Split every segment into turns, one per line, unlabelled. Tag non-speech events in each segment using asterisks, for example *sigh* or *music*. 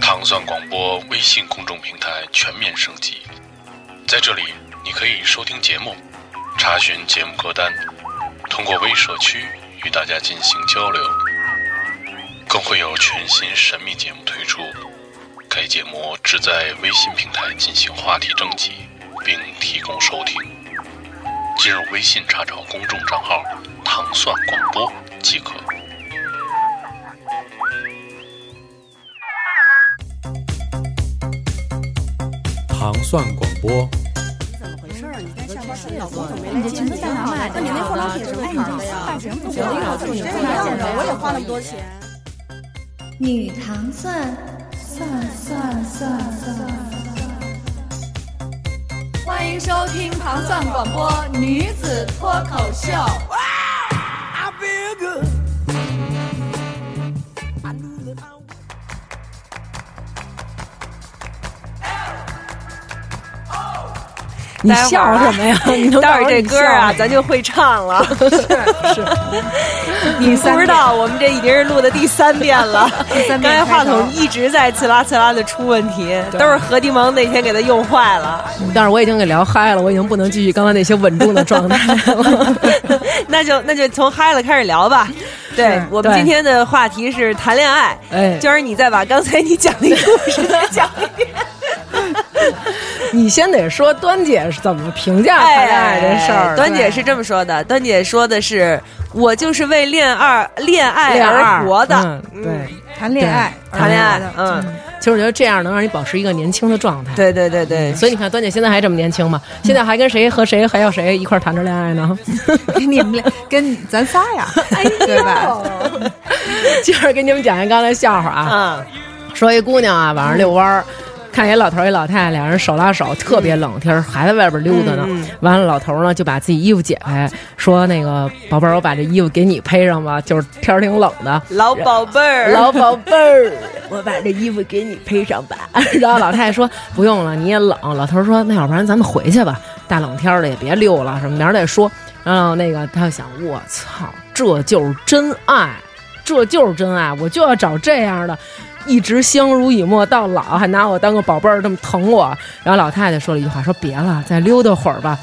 糖蒜广播微信公众平台全面升级，在这里你可以收听节目，查询节目歌单，通过微社区与大家进行交流，更会有全新神秘节目推出。该节目只在微信平台进行话题征集，并提供收听。进入微信查找公众账号“糖蒜广播”即可。
糖蒜广播，
怎么回事儿？你在上班
老公怎么没
嗯
来
你这
接
裙子
你
干
啊
嘛买的呀？
那你那货郎腿什么牌儿的呀
哎你这发型不
觉得
好
有
看
这么
你
这
这
样
样啊
的
的，
我
我
也
也
花那么
花那么
多
多
钱
钱。
女糖蒜，蒜蒜蒜蒜
欢迎收听糖蒜广播女子脱口秀。
你笑
*laughs*
什么呀？你都
待会儿这歌啊，咱就会唱 *laughs* 了。 *laughs*
你
不知道，我们这已经是录的 *laughs* 第三遍了。
三遍
刚才话
开头
筒一直在刺啦刺啦的出问题，
对
都是何迪蒙那天给他用坏了。
但是我已经给聊嗨了，我已经不能继续刚才那些稳重的状态了。 *laughs*
*laughs* 那就那就从嗨了开始聊吧。对
是
我们
对
今天的话题是谈恋爱。
哎
娟儿，你再把刚才你讲的故事再讲一
*laughs*
遍。
你先得说端姐是怎么评价谈恋爱这事儿。
哎端姐
对
是这么说的，端姐说的是。我就是为恋爱恋爱
恋
而
爱
活的，
嗯对，
谈恋爱，
谈恋爱，嗯，
其实我觉得这样能让你保持一个年轻的状态。。
对对对对，
所以你看，端姐现在还这么年轻嘛？现在还跟谁和谁还有谁一块儿谈着恋爱呢？ *laughs*
你们俩跟咱仨呀，对吧？
接着给你们讲一刚才笑话啊。
嗯，
说一姑娘啊，晚上遛弯儿，看一老头儿一老太太，俩人手拉手，特别冷天儿，还在外边溜达呢。完了，老头儿呢就把自己衣服解开，说那个宝贝儿，我把这衣服给你披上吧，就是天儿挺冷的。
老宝贝儿，
老宝贝儿，我把这衣服给你披上吧。 *laughs* 然后老太太说不用了，你也冷。老头儿说那要不然咱们回去吧，大冷天儿的也别溜了，什么明儿再说。然后那个他就想，我操，这就是真爱，这就是真爱，我就要找这样的。一直相濡以沫到老，还拿我当个宝贝儿这么疼我。然后老太太说了一句话，说别了，再溜达会儿吧。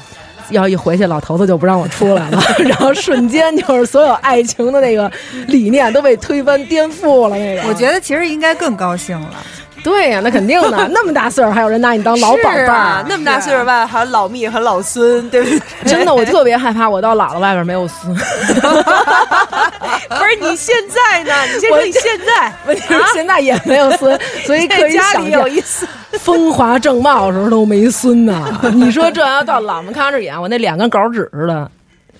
要一回去，老头子就不让我出来
*laughs*
了。然后瞬间就是所有爱情的那个理念都被推翻颠覆了。那个，
我觉得其实应该更高兴了。
对呀、那肯定的，那么大岁数还有人拿你当老宝贝
是
儿、
啊，那么大岁数吧，还有老蜜和老孙，对不对？
真的，我特别害怕，我到老了外边没有孙。
啊 *laughs* 不是你现在呢？你先说你现在，
*laughs* 问题是现在也没有孙，所以可
在
以
家
想
里
象
有一次，
风华正茂的时候都没孙呐。
*laughs*
你说这要到老们看着眼，我那脸跟稿纸似的，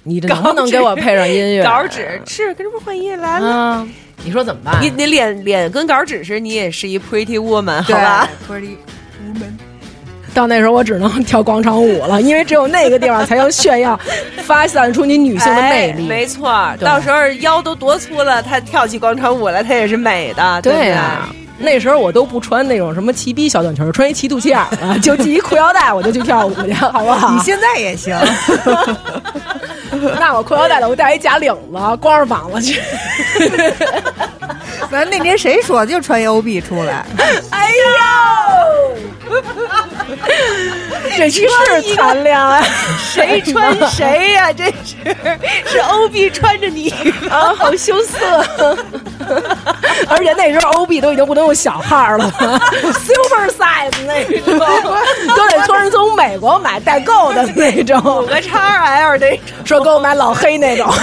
你这能不能给我配上音乐？
稿纸是跟这不换夜来了。
啊，你说怎么办？
你你脸脸跟稿纸似的，你也是一 pretty woman，好
对
吧？
，Pretty Woman，
到那时候我只能跳广场舞了，因为只有那个地方才能炫耀，发散出你女性的魅力。
哎没错儿，
对
到时候腰都多粗了，她跳起广场舞来，她也是美的，不
对
啊
啊
对
呀、那时候我都不穿那种什么齐逼小短裙儿，穿一齐肚脐眼儿 *laughs* 的，就系一裤腰带，我就去跳舞去，好不好
*laughs* 你？现在也行，
*laughs* 那我裤腰带的，我带一假领子，光着膀子去。 *laughs*
咱那年谁说就穿一 OB 出
*laughs*
来，
哎呦，
*laughs*
这是啊谈恋爱，
谁
*laughs*
穿谁呀、这是是 OB 穿着你，
啊？好羞涩。 *laughs* 而且那时候 OB 都已经不能用小号
*laughs*
儿了，Super size 那 *laughs* 种，都得托人从美国买代购的那种
五，个叉 L 那种。
说给我买老黑那种。
*laughs*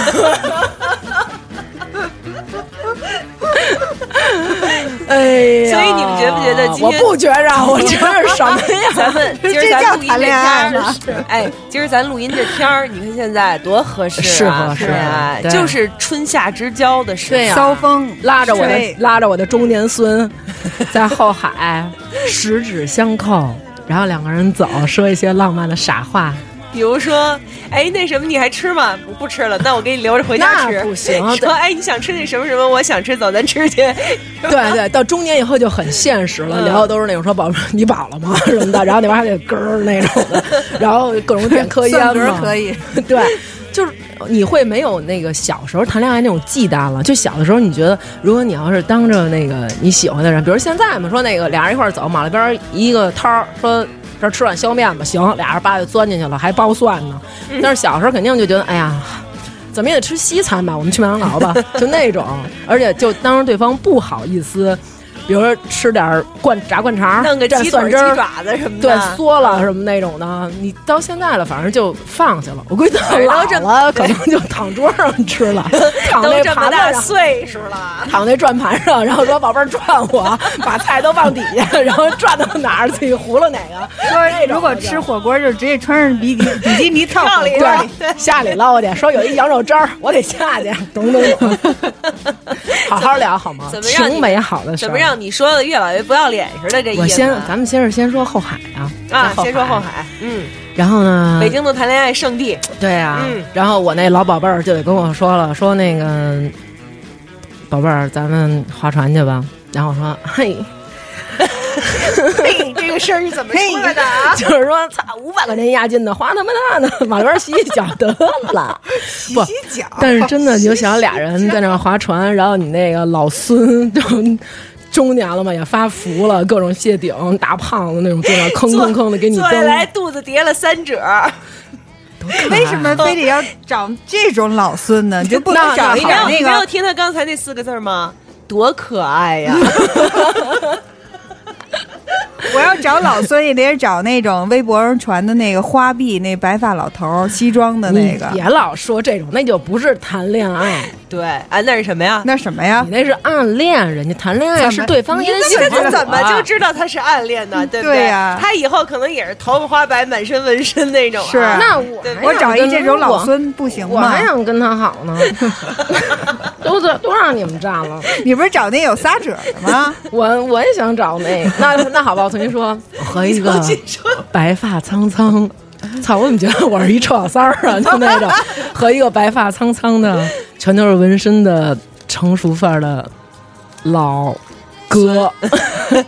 哎呀！
所以你们觉不觉得今
我
天
不觉着，我
*laughs*
觉着什么呀？
咱们今儿
这
咱
叫
录音
谈
这
恋
天
爱
儿
吗，
哎，今儿咱录音这天儿，你看现在多合适
适
啊！
合
是
适合
啊，
对
就是春夏之交的时候。
对啊呀
骚风
拉着我的
吹
拉着我的中年孙，在后海十指相扣，然后两个人走，说一些浪漫的傻话。
比如说，哎，那什么，你还吃吗？我不吃了，那我给你留着回家吃。
那不行
*laughs* 说，哎，你想吃那什么什么？我想吃，走，咱吃去。
*laughs*
*laughs*
对对，到中年以后就很现实了，聊的都是那种说宝贝儿你饱了吗什么的，然后那边还得咯儿那种的，然后各种点科
算
烟
格
嘛，
可以。
*laughs*
*laughs*
对，就是你会没有那个小时候谈恋爱那种忌惮了。就小的时候，你觉得如果你要是当着那个你喜欢的人，比如现在嘛，说那个俩人一块儿走，马路边儿一个摊儿，说这儿吃碗削面吧，行，俩人叭就钻进去了，还包蒜呢。但是小时候肯定就觉得，哎呀。怎么也得吃西餐吧，我们去麦当
*laughs*
劳吧，就那种，而且就当着对方不好意思，比如说吃点儿灌炸灌肠，
弄个
蘸
鸡腿
蒜
儿、
汁儿
鸡爪子什么
对
的，，
缩了什么那种的，你到现在了，反正就放下了。我估计到老
都这
了，
么
可能就躺桌上
*laughs*
吃了，躺
都
那
这么
盘子
大
上，
岁数了，
躺那转盘上，然后说宝贝儿转我，把菜都放底下，然后转到哪儿自 *laughs* 己糊了哪个。
说如果吃火锅，就直接穿上比基比基尼跳火锅
对
里。
对，下里捞去，说有一羊肉汁儿，我得下去，懂懂 *laughs* 懂。好好聊好吗？
怎么让你
挺美好的事儿
怎么让你说的越老越不要脸似的？这意思啊
我先，咱们先是先说后海啊，
啊，
在
先说后，海，嗯，
然后呢，
北京的谈恋爱圣地，
对啊，
嗯
然后我那老宝贝儿就得跟我说了，说那个宝贝儿，咱们划船去吧。然后我说，嘿，
嘿，这个声儿是怎么说的啊？
就是说，操，五百块钱押金呢，花他妈大呢， *laughs* 马路边洗洗脚得了。不，
洗脚
但是真的，你就想俩人在那儿划船，然后你那个老孙就中年了嘛，也发福了，各种谢顶，大胖子那种，就那儿吭吭吭的给你
坐下
蹬。
来肚子叠了三褶儿，
*laughs* 为什
哎
么非得要找这种老孙呢？你就不能找一
你没
点
有
那
你没有
个？
听他刚才那四个字儿吗？多可爱
*laughs*
呀！
我要找老孙也得找那种微博上传的那个花臂那白发老头儿西装的那个
你别。老说这种，那就不是谈恋爱，
对，啊，那是什么呀？
那什么呀
你？那是暗恋，人家谈恋爱
怎
是
么
对方
你
也
怎
喜
么
欢
他
我
怎么就知道他是暗恋呢？对不对
啊对呀
他以后可能也是头发花白、满身纹身那种啊。
是
*laughs*
那我
对
还
我
想
找一
跟
这种老孙不行
我
吗
还？想跟他好
*laughs*
呢，都这都让你们占了，
你不是找那有仨褶儿
*laughs*
的吗？
我我也想找那 *laughs* 个那那好吧，我重新说，我和一个白发苍苍，操，我怎么觉得我是一臭小三儿 *laughs* 啊？就那种和一个白发苍苍的，全都是纹身的成熟范儿的老 *laughs* 哥，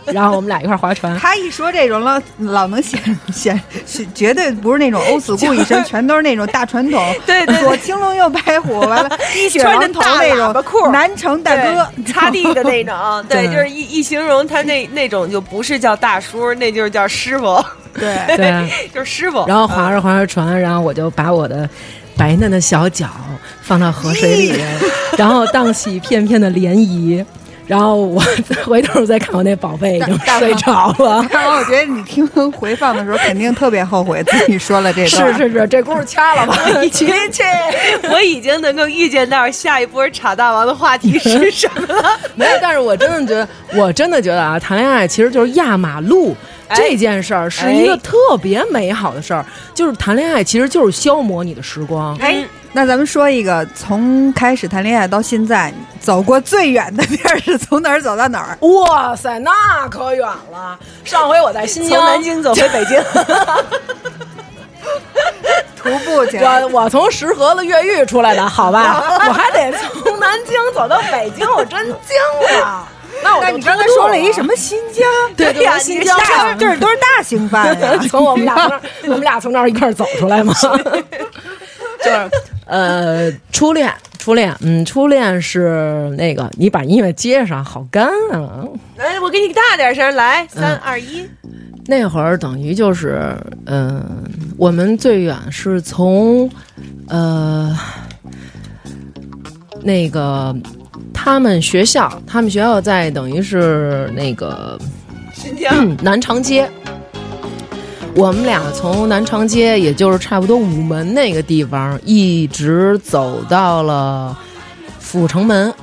然后我们俩一块儿划船，
他一说这种老老能显显是绝对不是那种欧死顾一
*laughs*
身，全都是那种大传统，
对对对
左青龙右白虎，完了滴血
*laughs* 穿着
王头
大
那
喇叭
种
裤儿
南城大哥
对擦地的那种，对，
对
就是一一形容他那那种就不是叫大叔，那就是叫师傅，
*laughs* 对，
对。
*laughs* 就是师傅。
然后划着划着船，然后我就把我的白嫩的小脚放到河水里，然后荡起片片的涟漪。然后我回头再看我那宝贝已经睡着
*laughs*
了。
然哎后我觉得你听嗯回放的时候肯定特别后悔自己说了这段，
是是是，这轱辘掐了吧？ *laughs* 去去，
哎
*laughs* 我已经能够预见到下一波查大王的话题是什么 *laughs* 了。
没有。但是我真的觉得，我真的觉得啊，谈恋爱其实就是压马路。
哎
这件事儿是一个特别美好的事儿，就是谈恋爱其实就是消磨你的时光。
哎，那咱们说一个，从开始谈恋爱到现在，走过最远的地儿是从哪儿走到哪儿？
哇塞，那可远了！上回我在新
从南京
*laughs*
走回北京，
*laughs* 徒步去。
我我从石河子越狱出来的，好 *laughs* 吧？我还得从南京走到北京，我真惊了。那我
那
就
你刚才
偷渡
说了一什么新疆？
对
对呀
对，新
你
疆
大这都是大兴办 *laughs* 呀。
从我们俩从 *laughs* 那儿我们俩从那儿一块儿走出来吗？ *laughs* 就是呃，初恋，初恋，嗯，初恋是那个，你把音乐接上，好干啊。
*laughs* 哎，我给你大点声，来，三二一，
那会儿等于就是，嗯、我们最远是从，呃，那个他们学校，他们学校在等于是那个
新疆。
南长街。我们俩从南长街，也就是差不多午门那个地方，一直走到了阜成门。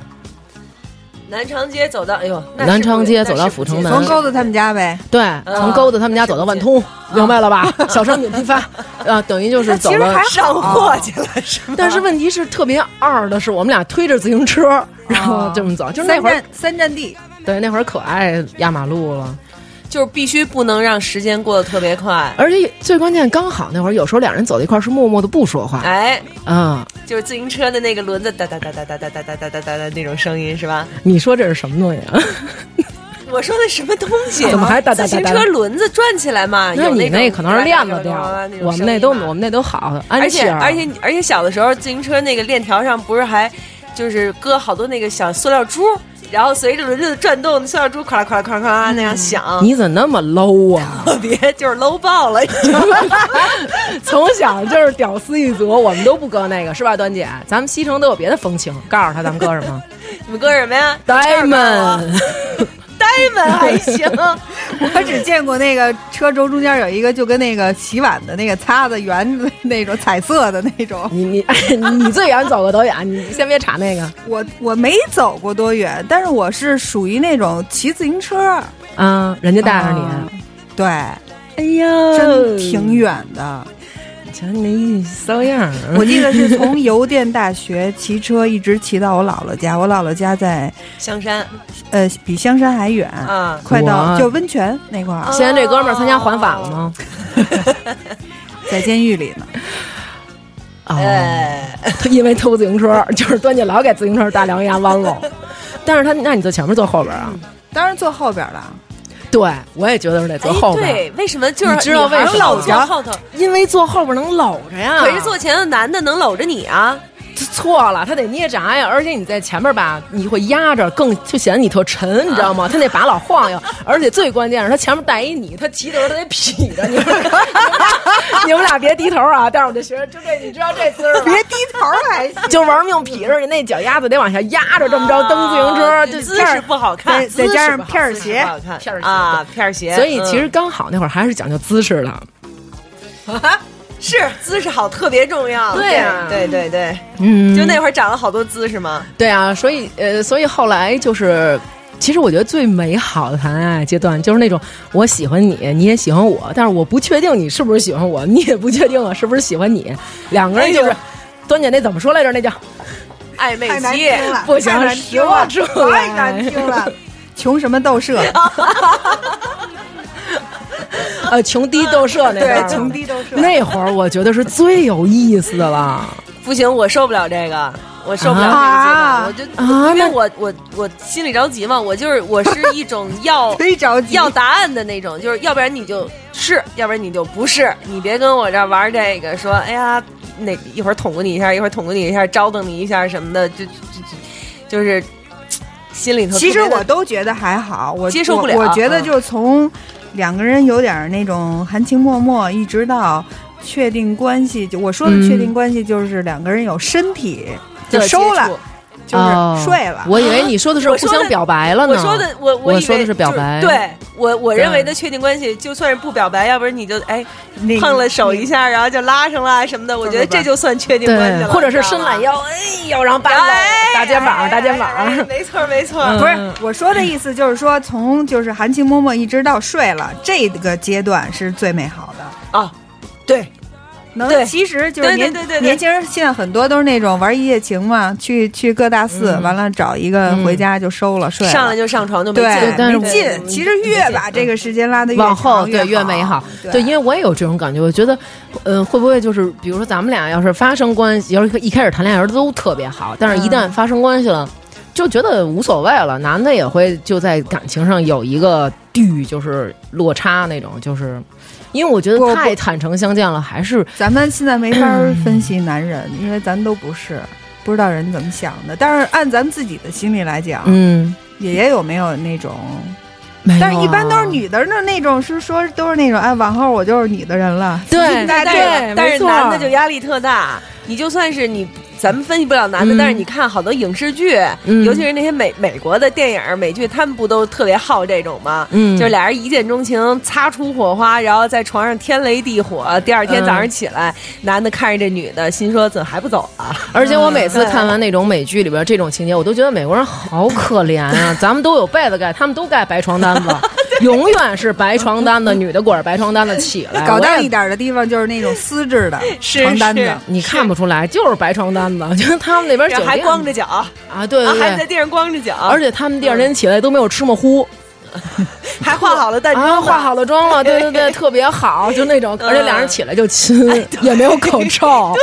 南昌街走到，哎呦，那是
南昌街
不是
走到阜成门
从钩子他们家呗，
对，从钩子他们家走到万通，明白了吧？ *laughs* 小商品批发，啊，等于就是走了
还啊
上货
哦
去了是吗？
*laughs* 但是问题是特别二的是，我们俩推着自行车，然后这么走，就是那
三
会儿
站三站地，
对那会儿可爱压马路了，
就是必须不能让时间过得特别快。
而且最关键刚好那会儿有时候俩人走到一块儿是默默的不说话，
哎，
嗯，
就是自行车的那个轮子哒哒哒哒哒哒哒哒哒哒哒哒那种声音是吧？
你说这是什么东西啊？
我说的什么东西？啊
怎么还哒哒
自
哒
行
哒
车轮子转起来嘛？
那
啊有
你
那
那
种
可能是链子
有
掉
啊
了
那，种
我们那都
声音嘛
我们那都好安
而
琪
且
儿，
而且你而且小的时候自行车那个链条上不是还就是搁好多那个小塑料珠，然后随着轮子的转动，塑料珠咵啦咵啦咵啦咵啦
嗯
那样响，
你怎么那么 low
*laughs*
啊？
特
*laughs*
别就是 low 爆了，你知道吗
从小就是屌丝一族，我们都不搁那个，是吧，端姐？咱们西城都有别的风情，告诉他咱们搁什
*laughs*
么
你们搁什么
*laughs*
呀啊
？Diamond，
呆们还行，
我只见过那个车轴中间有一个就跟那个洗碗的那个擦的圆的那种彩色的那种。
你你你最远走过多远？你先别查那个
我我没走过多远，但是我是属于那种骑自行车，
啊，人家带着
啊
你，
对，
哎呀
真挺。远
*laughs*
的。
瞧你那骚样儿，
哦
我记得是从邮电大学骑车一直骑到我姥姥家，我姥姥家在
香山
呃比香山还远，
哦
啊，
快到
我啊
就温泉那块儿，
现在这哥们儿参加环法了吗？
在监狱里呢。
哦，
哎，
他因为偷自行车，就是端姐老给自行车大梁牙弯喽。 *laughs* 但是他，那你坐前面坐后边啊？
当然坐后边
*laughs*
了，
对，我也觉得是得坐后边。
哎对，为什么就是
你知道为什么吗啊
老坐后头？
因为坐后边能搂着呀。
可是坐前的男的能搂着你啊，
错了，他得捏闸呀，而且你在前面吧，你会压着，更就显得你特沉，你知道吗？他那把老晃悠， *laughs* 而且最关键是他前面带一你，他骑的时候他得劈着你们 *laughs* 俩，你们俩别低头啊！但是我就学着就这，你知道这姿势吗？ *laughs*
低头还行。
就玩命劈着你，那脚丫子得往下压着，这么着蹬自行车，
啊
就
姿势不好看，
再再加上
姿势不好
片儿
姿势
鞋
不好看
片儿鞋
啊，片儿鞋。
所以其
嗯
实刚好那会儿还是讲究姿势的。
是姿势好特别重要。
对啊
对对对，
嗯
就那会儿长了好多姿势嘛。
对啊，所以呃，所以后来就是，其实我觉得最美好的谈恋爱阶段就是那种我喜欢你，你也喜欢我，但是我不确定你是不是喜欢我，你也不确定我是不是喜
*laughs*
欢你，两个人就是。
哎呦
端姐那怎么说来着？那叫
暧昧
太难
期，
听了，
不行
太难听了，
说出来啊
太难听了。穷什么
*laughs*
斗社？
呃穷低斗社
*laughs*
那段
对
儿，
穷低斗社。
那会儿，我觉得是最有意思
*laughs*
的了。
不行，我受不了这个，我受不了这个阶段，
啊
我就
啊
因为
那
我我我心里着急嘛，我就是我是一种
*laughs*
要
忒着急，
要答案的那种，就是要不然你就是，要不然你就不是，你别跟我这儿玩这个，说哎呀，那一会儿捅咕你一下，一会儿捅咕你一下，招瞪你一下什么的，就就就就是心里头特别
其
的。
实我都觉得还好，我
接受不了
我。我觉得
嗯
就从两个人有点那种含情脉脉，一直到确定关系。就我说的
嗯
确定关系，就是两个人有身体就
的
收
嗯接
了
触，
就是睡了。
哦我以为你说的是
*laughs* 我
互
说
相
的
表白了呢。
我说的，我我以
我
为
说的是表白
就是对我我
对
认为的确定关系，就算是不表白，要不然你就哎
那个
碰了手一下，然后就拉上啦什么的，我觉得这就算确定关系
对，
了，
或者是
你知道
伸
吗
懒，腰，哎呦，然后扒拉
哎
大肩膀，大肩膀。
哎哎哎没错没错，
嗯
不是我说的意思，就是说从就是含情脉脉一直到睡了这个阶段是最美好的。
啊，对，对
能，其实就是
对
年
对对对对
年轻人现在很多都是那种玩一夜情嘛，去去各大寺，完了找一个
嗯
回家就收了，睡了
上来就上床就没
对
劲，
但是
没
我
劲。其实越把这个时间拉得越
往后
长
对
越
越美好，对，
对，
因为我也有这种感觉，我觉得，呃，会不会就是，比如说咱们俩要是发生关系，要是一开始谈恋爱时都特别好，但是一旦发生关系了，就觉得无所谓了。男的也会就在感情上有一个地，就是落差那种，就是因为我觉
不
得
不
太坦诚相见了，还是
咱们现在没法分析男人，因为咱都不是。不知道人怎么想的，但是按咱们自己的心理来讲，
嗯，
也也有没有那种，
没有啊
但是一般都是女的那那种，是说都是那种，哎，往后我就是你的人了。
对
但
对
是，但
没
是
错
男的就压力特大，你就算是你。咱们分析不了男的，
嗯
但是你看好多影视剧，
嗯
尤其是那些美美国的电影、美剧，他们不都特别好这种吗？
嗯
就是俩人一见钟情，擦出火花，然后在床上天雷地火。第二天早上起
嗯
来，男的看着这女的，心说怎么还不走啊？
*laughs* 而且我每次看完那种美剧里边这种情节，我都觉得美国人好可怜啊！咱们都有被子盖，他们都盖白床单子，永远是白床单子，女的裹着白床单子起来，
*laughs* 搞大
哎我也
一。点的地方就是那种丝质
*laughs*
的哎
是
床单子
是，
你看不出来，就是白床单子， *laughs* 就是他们那边酒
然后 *laughs* 还
店
光着脚，啊
啊，对
还
对
在
对，
地上光着脚，
而且他们第二天起来都没有吃么呼
还化好了淡妆
啊，
呢，
化好了妆了，对对对，特别好，就那种，而且俩人起来就亲，也没有口臭，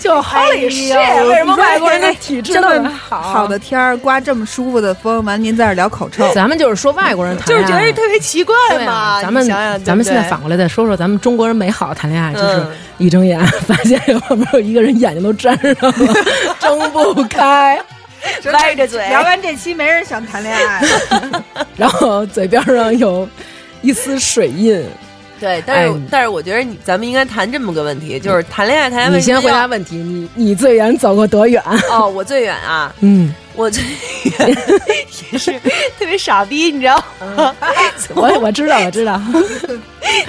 就 Holy shit！为什么外国人的体质
这
那
么
么
好的天儿，刮这么舒服的风，完您在这聊口臭，
咱们就是说外国人谈
就是
恋
觉
爱
得特别奇怪
对啊
嘛。
咱们
你想想，对不
咱们现在
对
反过来再说说咱们中国人美好谈恋爱，就是
嗯
一睁眼 *laughs* 发现有没有一个人眼睛都粘上了，
*laughs*
睁不开，
歪着嘴，
聊完这期没人想谈恋爱，
然后嘴边上有一丝水印。
对，但是、
哎嗯
但是我觉得你咱们应该谈这么个问哎题，就是谈恋爱谈恋爱为
你
什么
先回
要
答问题，你你最远走过多远？
哦，我最远啊，
嗯，
我最远也是特别傻逼，你知道吗？
*laughs* 我我知道，我知道，
*laughs*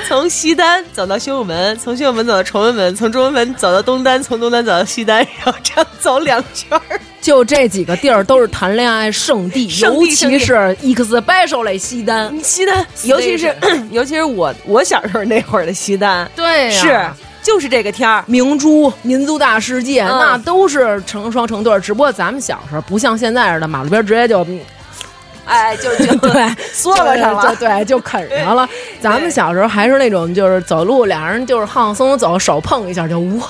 从西单走到宣武门，从宣武门走到崇文门，从崇文门走到东单，从东单走到西单，然后这样走两圈儿。
就这几个地儿都是谈恋爱圣地，
圣
尤
地圣
其
地
是 especially 西单，
西单，尤其是 *clears throat* 尤其是我我小时候那会儿的西单，
对
是就是这个天儿。
明珠、民族大世界，
嗯
那都是成双成对儿。只不过咱们小时候不像现在似的，马路边儿直接就
*laughs* 哎，就 *laughs* 就
对
缩巴上
就
了
就。对，就啃上
*laughs*
了。咱们小时候还是那种，就是走路俩人就是晃晃松松走，手碰一下就哇，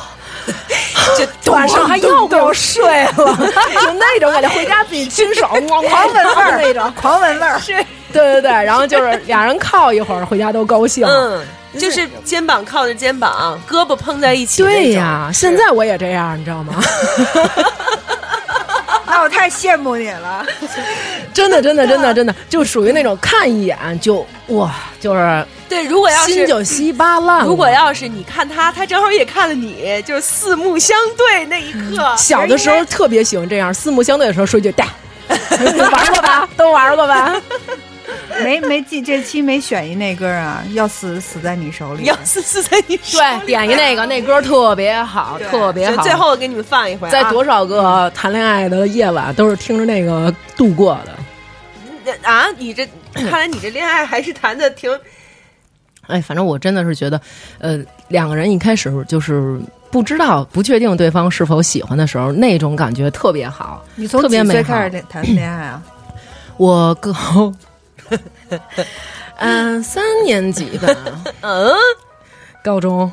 就晚上还要不要睡了？ *laughs* 就那种感觉，回家自己
*laughs*
亲手哇
*laughs*
哇
狂闻味儿啊那种， *laughs* 狂闻味儿，
对对对，然后就是俩人靠一会儿，回家都高兴。
嗯，就是肩膀靠着肩膀，胳膊碰在一起那种。
对呀，现在我也这样，你
*laughs*
知道吗？
那啊我太羡慕你了。
真的，真的，真的，真的，就属于那种看一眼就哇，就是
对，如果要
心
是
就稀巴烂了。
如果要是你看他，他正好也看了你，就是四目相对那一刻。
小的时候特别喜欢这样，四目相对的时候说一句
*laughs*
“带”，玩过吧？都玩过吧？
没没记这期没选一那歌啊，要死死在你手里
要。是是在你手里
对，点一那个，那歌特别好，
对
特别
就
好。
最后给你们放一回、啊，
在多少个谈恋爱的夜晚，都是听着那个度过的。
啊，你这 *clears throat* 看来你这恋爱还是谈的挺
哎，反正我真的是觉得，呃，两个人一开始就是不知道、不确定对方是否喜欢的时候，那种感觉特别好。
你从
特别
几
美
岁
好
开始恋谈恋爱啊？
我 *laughs* 高，嗯、三年级吧，
嗯，
高中。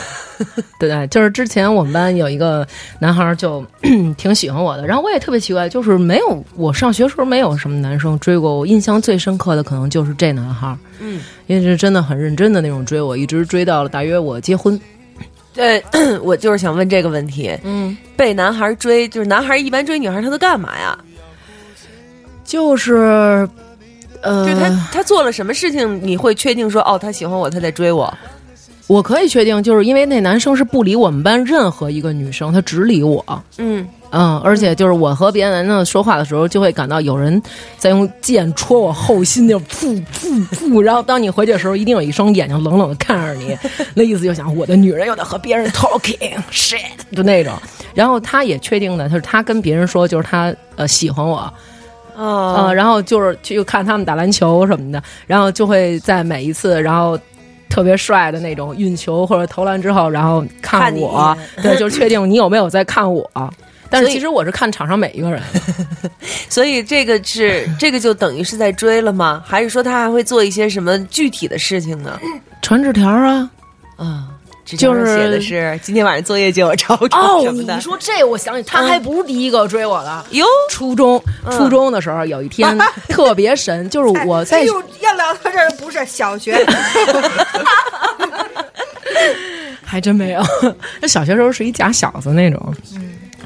*laughs* 对对，就是之前我们班有一个男孩儿就 *clears throat* 挺喜欢我的，然后我也特别奇怪，就是没有我上学时候没有什么男生追过我，印象最深刻的可能就是这男孩儿，
嗯，
因为是真的很认真的那种追我，一直追到了大约我结婚，
对， *clears throat* 我就是想问这个问题，
嗯，
被男孩追，就是男孩一般追女孩，他都干嘛呀？
就是呃，
就是他他做了什么事情，你会确定说哦，他喜欢我，他在追我？
我可以确定，就是因为那男生是不理我们班任何一个女生，他只理我，
嗯，
嗯，而且就是我和别人呢说话的时候，就会感到有人在用剑戳我后心，就噗噗噗。然后当你回去的时候，一定有一双眼睛冷冷的看着你，那意思就想我的女人又在和别人 talking shit，就那种。然后他也确定的，就是他跟别人说，就是他呃喜欢我，
哦
呃，然后就是去看他们打篮球什么的，然后就会在每一次，然后特别帅的那种运球或者投篮之后，然后看
看你
我， *laughs* 对，就是确定你有没有在看我。但是
所以
其实我是看场上每一个人，
所以这个是这个就等于是在追了吗？还是说他还会做一些什么具体的事情呢？
*laughs* 传纸条啊。
啊，纸
就
条上
是
写的是哦今天晚上作业借我 *laughs* 抄抄什么的。
说哦这我想起，他还不是第一个追我的。嗯
哟， *laughs*
初中，初中的时候有一 *laughs* 天特别神，就是我 *laughs* 在
哎呦，要聊到 *clears throat* 这儿不是小学， *laughs*
*laughs* 还真没有。那小学时候是一假小子那种。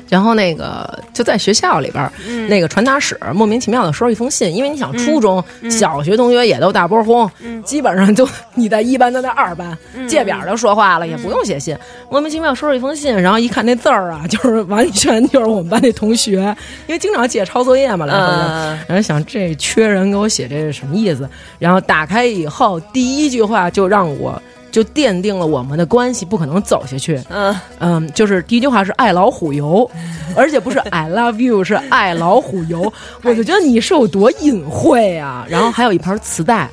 然后那个就在学校里边儿，那个传达室莫名其妙的收到一封信，因为你想初中、小学同学也都大波轰，基本上就你在一班都在二班，借表就说话了，也不用写信，莫名其妙收到一封信，然后一看那字儿啊， *laughs* 就是完全就是我们班那同学，因为经常借抄作业嘛，来回的。
嗯
然后想这缺人给我写这是什么意思？然后打开以后，第一句话就让我就奠定了我们的关系不可能走下去。
嗯，
嗯，就是第一句话是爱老虎油，而且不是 I love you，是爱老虎油。我就觉得你是有多隐晦啊！然后还有一盘磁带，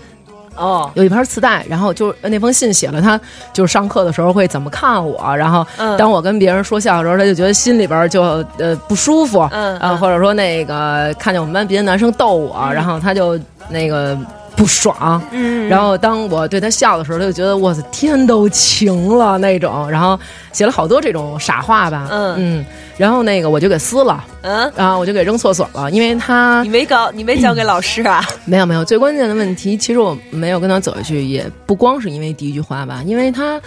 哦，
有一盘磁带，然后就呃那封信写了他，就是上课的时候会怎么看我，然后
嗯
当我跟别人说笑的时候，他就觉得心里边儿就呃不舒服，
嗯
啊，
嗯
或者说那个看见我们班别的男生逗我，然后他就那个不爽。
嗯
然后当我对他笑的时候，他就觉得我的天都晴了那种，然后写了好多这种傻话吧，
嗯
然后那个我就给撕了，
嗯，
然后我就给扔厕所了，因为他
你没搞，你没交给老师啊？ *laughs*
没有没有，最关键的问题，其实我没有跟他走下去，也不光是因为第一句话吧，因为他，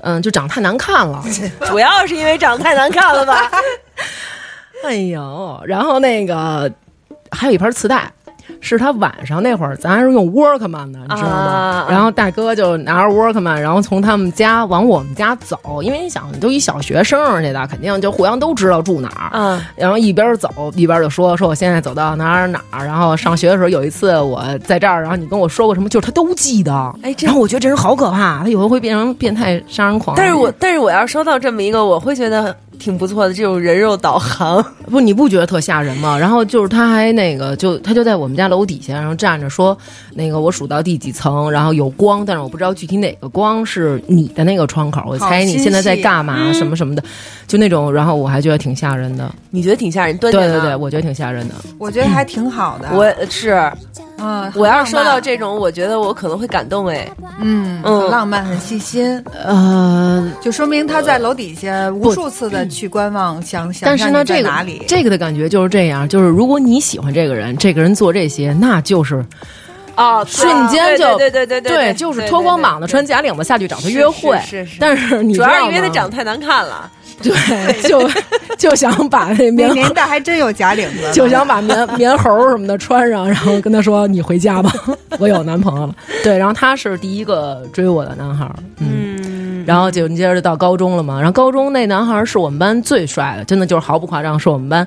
嗯，就长太难看了。
主要是因为长得太难看了
*laughs*
吧？
哎呦，然后那个还有一盘磁带，是他晚上那会儿，咱还是用 Walkman 的，你知道吗？
啊
然后大哥就拿着 Walkman，然后从他们家往我们家走，因为你想，都一小学生儿去的，肯定就互相都知道住哪儿。
嗯
然后一边走一边就说说我现在走到哪儿哪儿，然后上学的时候有一次我在这儿，然后你跟我说过什么，就是他都记得。
哎这
然后我觉得这人好可怕，他以后会变成变态杀人狂。
但是我但是我要收到这么一个，我会觉得挺不错的这种人肉导航。 *laughs*
不，你不觉得特吓人吗？然后就是他还那个，就他就在我们家楼底下，然后站着说，那个我数到第几层，然后有光，但是我不知道具体哪个光是你的那个窗口，我
好
猜你
心
现在在
细
干嘛，什么什么的，就那种。然后我还觉得挺吓人的，
你觉得挺吓人，对
对对对，，我觉得挺吓人的。
我觉得还挺好的。
我是
嗯，很
我要是收
浪
到
漫
这种，我觉得我可能会感动哎。
嗯，
嗯
很浪漫，很细心，
呃，
就说明他在楼底下无数次的去观望，想想
但是
看
呢，
你在
这个
哪里？
这个的感觉就是这样，就是如果你喜欢这个人，这个人做这些，那就是
哦，对
瞬间就
对对对对对，
就是脱光膀子穿假领子下去找他约会。
是是是
但是你
主要是因为
他
他长得太难看了。
对，就就想把那棉
那年代还真有假领子，
就想把棉棉猴什么的穿上，然后跟他说：“你回家吧， *laughs* 我有男朋友了。”对，然后他是第一个追我的男孩儿，嗯，
嗯，
然后就接着就到高中了嘛。然后高中那男孩儿是我们班最帅的，真的就是毫不夸张，是我们班。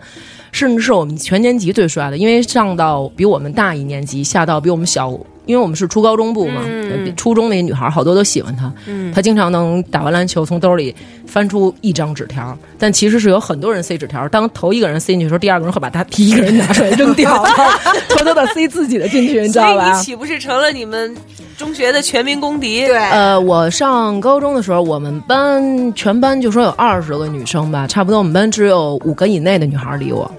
甚至是我们全年级最帅的，因为上到比我们大一年级，下到比我们小，因为我们是初高中部嘛，
嗯
初中那女孩儿好多都喜欢他，他经常能打完篮球从兜里翻出一张纸条，但其实是有很多人塞纸条。当头一个人塞进去的时候，第二个人会把他第一个人拿出来扔掉， *laughs* 然后偷偷的塞自己的进去，你知
所
道
以 *laughs*
吧
你？岂不是成了你们中学的全民公敌？
对，
呃，我上高中的时候，我们班全班就说有二十个女生吧，差不多我们班只有五个以内的女孩理我。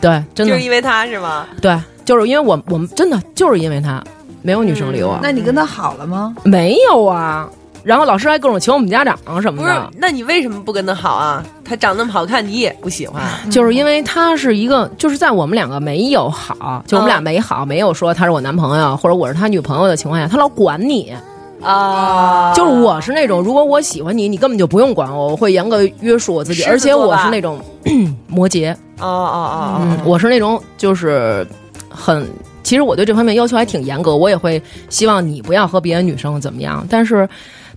对，真
就
的
是，因为他是吗？
对，就是因为我我们真的就是因为他，没有女生理我，
嗯
那你跟他好了吗？
没有啊。然后老师还各种请我们家长什么
不是
的，，
那你为什么不跟他好啊？他长那么好看，你也不喜欢？
就是因为他是一个，就是在我们两个没有好，就我们
嗯
俩没好，没有说他是我男朋友或者我是他女朋友的情况下，他老管你。
哦啊，
就是我是那种，如果我喜欢你，你根本就不用管我，我会严格约束我自己，
狮子
而且
座
我
吧
是那种 *clears throat* 摩羯，
哦哦
嗯，我是那种就是很。其实我对这方面要求还挺严格，我也会希望你不要和别的女生怎么样。但是，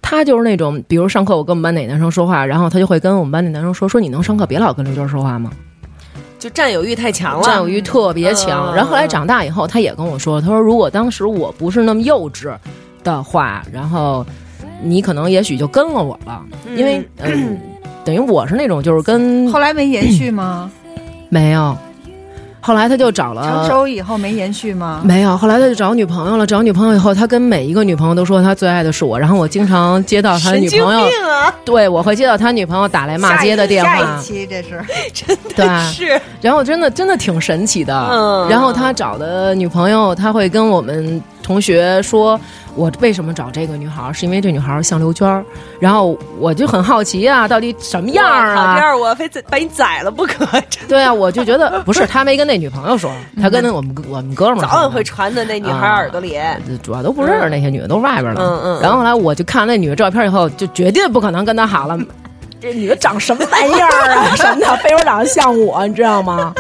他就是那种，比如上课我跟我们班哪男生说话，然后他就会跟我们班那男生说：“说你能上课别老跟刘娟说话吗？”
哦，就占有欲太强了，
占有欲特别强。
啊嗯
然后后来长大以后，他也跟我说，他说如果当时我不是那么幼稚的话，然后你可能也许就跟了我了，
嗯
因为嗯。等于我是那种，就是跟
后来没延续吗？
没有，后来他就找
成
了
熟以后没延续吗？
没有，后来他就找女朋友了。找女朋友以后，他跟每一个女朋友都说他最爱的是我。然后我经常接到他
神
女
经
朋友，
病啊，
对我会接到他女朋友打来骂街的电
下
话
一，期这是
对，
是
然后真的真的挺神奇的。
嗯
然后他找的女朋友，他会跟我们同学说，我为什么找这个女孩儿，是因为这女孩儿像刘娟儿。然后我就很好奇啊，到底什么样
我
儿
靠这
啊？
样我非得把你宰了不可，真
对啊，我就觉得不是他没跟那女朋友说，他跟我们我们哥们
的
儿说
早晚会传到那女孩
啊
耳朵里。哎
主要都不认识那些女的，都是外边儿的。
嗯嗯嗯
然后后来我就看那女的照片以后，就绝对不可能跟她好了。 *laughs* 这女的长什么玩意儿 *laughs* 啊？什么的，非说长得像我，你知道吗？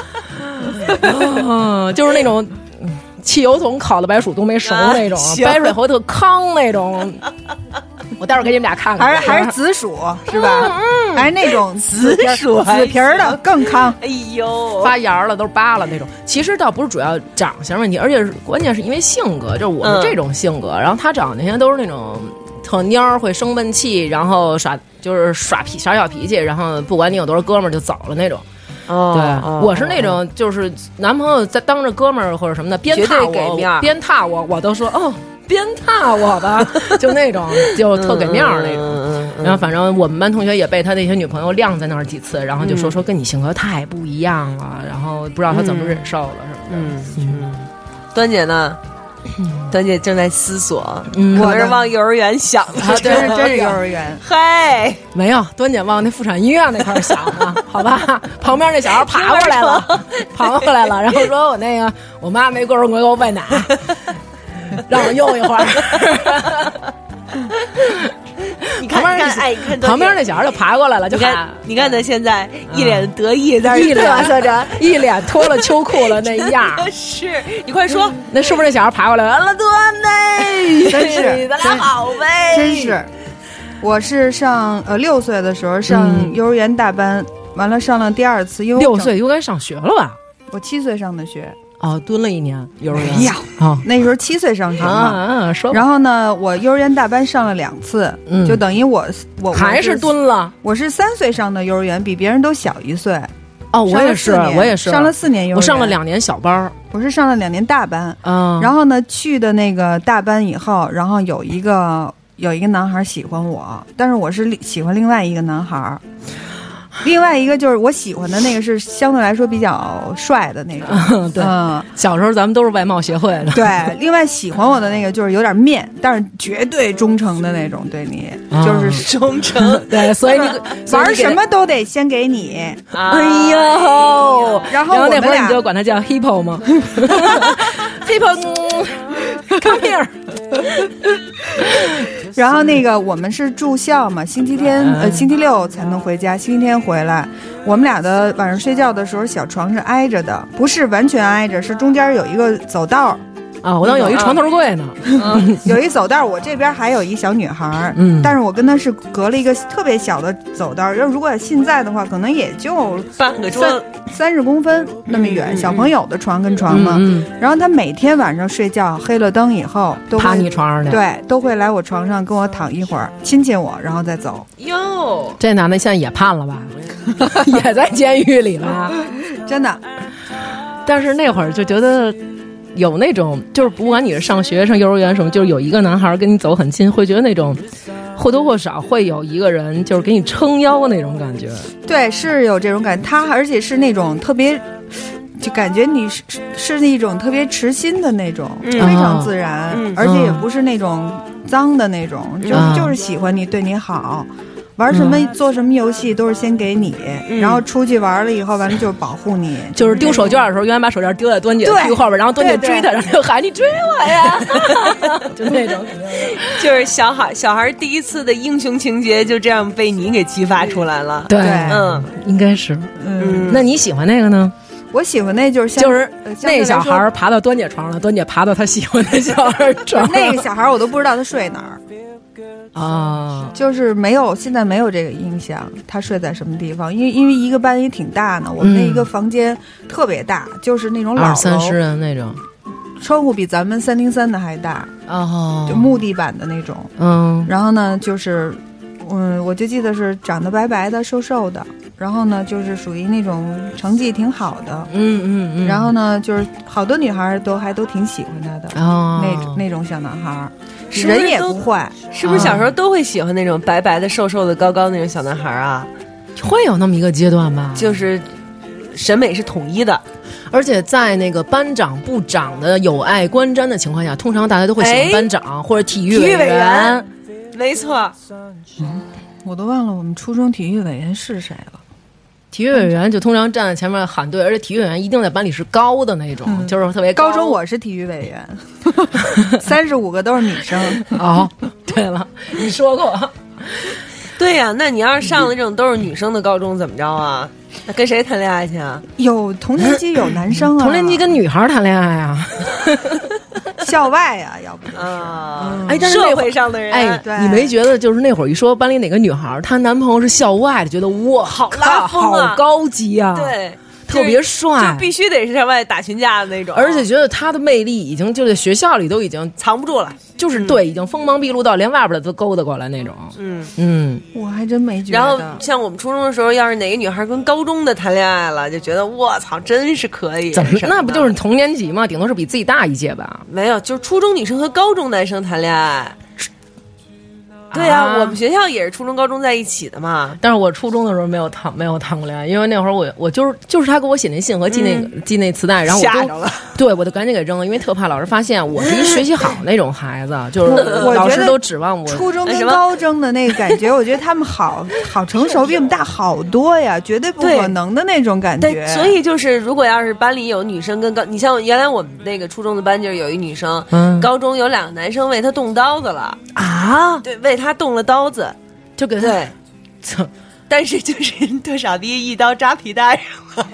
嗯， *laughs* 就是那种嗯汽油桶烤的白薯都没熟
啊
那种，
行
白水猴特糠那种。我待会儿给你们俩看看，
*laughs* 还是还是紫薯是吧？还是那种嗯紫皮
紫
儿
薯还
紫皮儿的更康。
哎呦，
发芽了，都是疤了那种。其实倒不是主要长相问题，而且是关键是因为性格，就是我
嗯
们这种性格。然后他长那些都是那种特蔫儿，会生闷气，然后耍就是耍脾耍小脾气，然后不管你有多少哥们儿就走了那种。对，
哦
我是那种就是男朋友在当着哥们儿或者什么的鞭
绝对
挞
给
我，
面儿
鞭挞我，我都说哦鞭挞我
*laughs*
吧，就那种就特给面儿那种。
嗯嗯嗯
然后反正我们班同学也被他那些女朋友晾在那儿几次，然后就说说跟你性格太不一样了，然后不知道他怎么忍受了什么的。
嗯嗯，端姐呢？段姐正在思索，
嗯
可能是往幼儿园想
啊
的，
真
*laughs*
是真是幼儿园，
嗨，
没有，端姐往那妇产医院那块儿想了，好吧？ *laughs* 旁边那小孩爬过来了，爬过来了，然后说我那个我妈没工夫给我喂奶，让我用一会儿。
你看，
旁边
你
那
看，哎，你看段姐
旁边那小孩就爬过来了，就
你看
喊，
你看他现在啊嗯一脸得意，在那
一
儿
脸色着，一脸脱了秋裤了那样
*laughs*
儿。
是你快说，
那是不是那小孩爬过来了？端呢？
哎真是哎
咱俩好呗，
真是。我是上呃六岁的时候上
嗯
幼儿园大班，完了上了第二次，因为我
六
整
岁就该上学了吧？
我七岁上的学，
哦，蹲了一年幼儿园。
没有
啊
那时候七岁上学
啊
嘛。
啊！说吧
然后呢，我幼儿园大班上了两次，
嗯
就等于我我我
还
是
是，蹲了。
我是三岁上的幼儿园，比别人都小一岁。
哦，我
上了
也是
四，年
我也是，啊
上了四年幼儿园，
我上了，两年小班儿，
我是上了两年大班。
嗯，
然
后
后呢，去的那个大班以后，然后有一个有一个男孩喜欢我，但是我是另喜欢另外一个男孩儿。另外一个就是我喜欢的那个是相对来说比较帅的那种，
*laughs* 对
嗯，
小时候咱们都是外貌协会的，
对。另外喜欢我的那个就是有点面，但是绝对忠诚的那种，对你
啊。
就是
忠诚
*laughs* 对，所以你
玩什？么都得先给你，
哎呦，
然后
后
我
那
们
会儿
俩
你就管他叫 hippo *laughs* 吗 *laughs* ？hippo，come here，
然后那个我们是住校嘛，星期天
嗯
呃星期六才能回家，星期天回来。我们俩的晚上睡觉的时候，小床是挨着的，不是完全挨着，是中间有一个走道儿，
*laughs* 啊，我当有一床头柜呢，
有一走道儿。我这边还有一小女孩儿，
嗯
但是我跟她是隔了一个特别小的走道儿。要如果现在的话，可能也就
半个桌
三
子，
三十公分那么远，
嗯嗯
小朋友的床跟床嘛。
嗯嗯，
然后她每天晚上睡觉，黑了灯以后都
趴
会
你床上去，，
对，都会来我床上跟我躺一会儿，亲亲我，然后再走。
哟，
这男的现在也判了吧， *laughs* 也在监狱里 *laughs* 了。
真的，
但是那会儿就觉得有那种，就是不管你是上学、上幼儿园什么，就是有一个男孩儿跟你走很近，会觉得那种或多或少会有一个人就是给你撑腰那种感觉。
对，是有这种感觉。他而且是那种特别，就感觉你是是是那种特别持心的那种，
嗯
非常自然，
嗯
而且也
嗯
不是那种脏的那种，就是、
嗯
就是喜欢你，对你好。玩什么、做什么游戏都是先给你，然后出去玩了以后，完了就是保护你。
嗯就是丢手绢的时候，永远把手绢丢在端姐的屁股后边，然后端姐追他，然后就喊你追我 *laughs* 呀，就那种感觉。
就是小孩小孩第一次的英雄情节就这样被你给激发出来了。
对
嗯，
应该是。
嗯，
那你喜欢那个呢？
我喜欢那就是像
就是
呃相对
那
来
小
说
孩儿爬到端姐床上了，端姐爬到他喜欢的小孩儿 *laughs* 床上。
*laughs* 那个小孩，我都不知道他睡哪儿，
啊，
就是没有，现在没有这个印象，他睡在什么地方？因为因为一个班也挺大呢，我们那
嗯
一个房间特别大，就是那种老
二三十
楼，
人那种。
窗户比咱们三零三的还大，
哦
就木地板的那种。
嗯
然后呢，就是，嗯，我就记得是长得白白的、瘦瘦的，然后呢，就是属于那种成绩挺好的，
嗯嗯嗯。
然后呢，就是好多女孩儿都还都挺喜欢他的。
哦，
那那种小男孩儿，
是不是
人也
都
不坏，
是不是小时候都会喜欢那种白白的、瘦瘦的、高高的那种小男孩啊？
会有那么一个阶段吧，
就是审美是统一的，
而且在那个班长、部长的友爱观瞻的情况下，通常大家都会喜欢
哎
班长或者体育
体育
委
委
员
员。没错。
我都忘了我们初中体育委员是谁了。
体育委员就通常站在前面喊队，而且体育委员一定在班里是高的那种，
嗯
就是特别
高中我是体育委员， *laughs* 三十五个都是女生。
哦， *laughs* 对了，你说
嗯
过，
对呀、那你要是上了这种都是女生的高中，怎么着啊？那跟谁谈恋爱去啊？
有同年级有男
*laughs*
生啊，
同年级跟女孩谈恋爱啊？
校外啊，要不
啊，
哎但是那会
社会上的人，
哎，
对
你没觉得就是那会儿一说班里哪个女孩，她男朋友是校外的，觉得哇，好
拉风啊
好高级啊，，
对，
特别
就
帅
就，必须得是在外打群架的那种，
而且觉得她的魅力已经就在学校里都已经
藏不住了。
就是对，已经锋芒毕露到连外边的都勾搭过来那种。
嗯，
嗯，
我还真没觉得。
然后像我们初中的时候，要是哪个女孩跟高中的谈恋爱了，就觉得我操，真是可以。啊
怎么
什的
那不就是同年级吗？顶多是比自己大一届吧。
没有？就是初中女生和高中男生谈恋爱。对呀、
啊
我们学校也是初中、高中在一起的嘛。
但是我初中的时候没有啊谈没有谈过恋爱，因为那会儿我我就是就是他给我写那信和寄那个、寄那磁带，然后
嗯
我
吓
就
着了，
对，我就赶紧给扔了，因为特怕老师发现我是一学习好那种孩子，就是
我
老
觉
师
得
都指望我
初中
那什
跟
么
高中的那个感觉，我觉得他们好 *laughs* 好成熟，比我们大好多呀，绝对不
对
可能的那种感觉。
但所以就是，如果要是班里有女生跟高，你像原来我们那个初中的班就是有一女生，
嗯
高中有两个男生为她动刀子了，
啊，
对，为她动了刀子，*laughs*
就给他
对，但是就是特傻逼，一刀扎皮 *laughs* 带上了，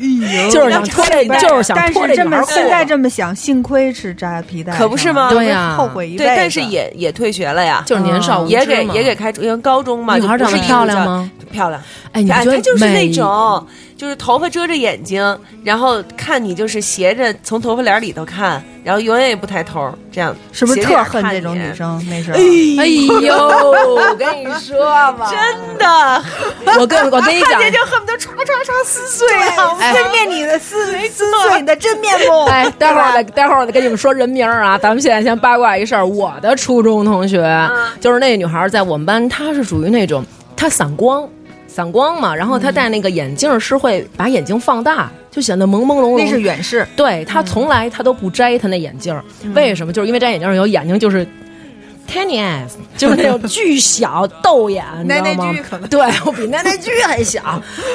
哎
就是想脱这，就是想
但
脱这
是这
女孩
么
裤子
现在这么想，幸亏是扎皮带上了，
可不是吗
对呀
后悔一辈
对
子。，
但是也也退学了呀，嗯
就是年少无知
也给
嘛
也给开除，因为高中嘛，
女孩
就不
长得
是义务
漂亮
教育
吗？
漂亮，
哎，你
哎，
觉
她
得
就是那
每
种，就是头发遮着眼睛，然后看你就是斜着从头发帘里头看，然后永远也不抬头，这样
是不是
斜着
特
眼
恨
看
这种
你
女？生？没事，
哎
*laughs*
呦，我跟你说吧，
真的，
我跟我跟你
看
讲，
见就恨不得唰唰唰撕碎了。
哎
分辨你的撕撕碎你的真面目。
*laughs* 哎，待会儿来，待会儿我再跟你们说人名儿啊。咱们现在先八卦一事儿，我的初中同学、
嗯
就是那女孩儿，在我们班，她是属于那种她散光，散光嘛，然后
嗯
她戴那个眼镜儿是会把眼睛放大，就显得朦朦胧胧。
那是嗯远视，
对她从来她都不摘她那眼镜儿，
嗯
为什么？就是因为摘眼镜儿以后眼睛就是 tiny eyes，就是那种巨小豆
*laughs*
眼，你知道
奶
吗
奶巨可？能
对，我比
*laughs*
奶奶巨还小，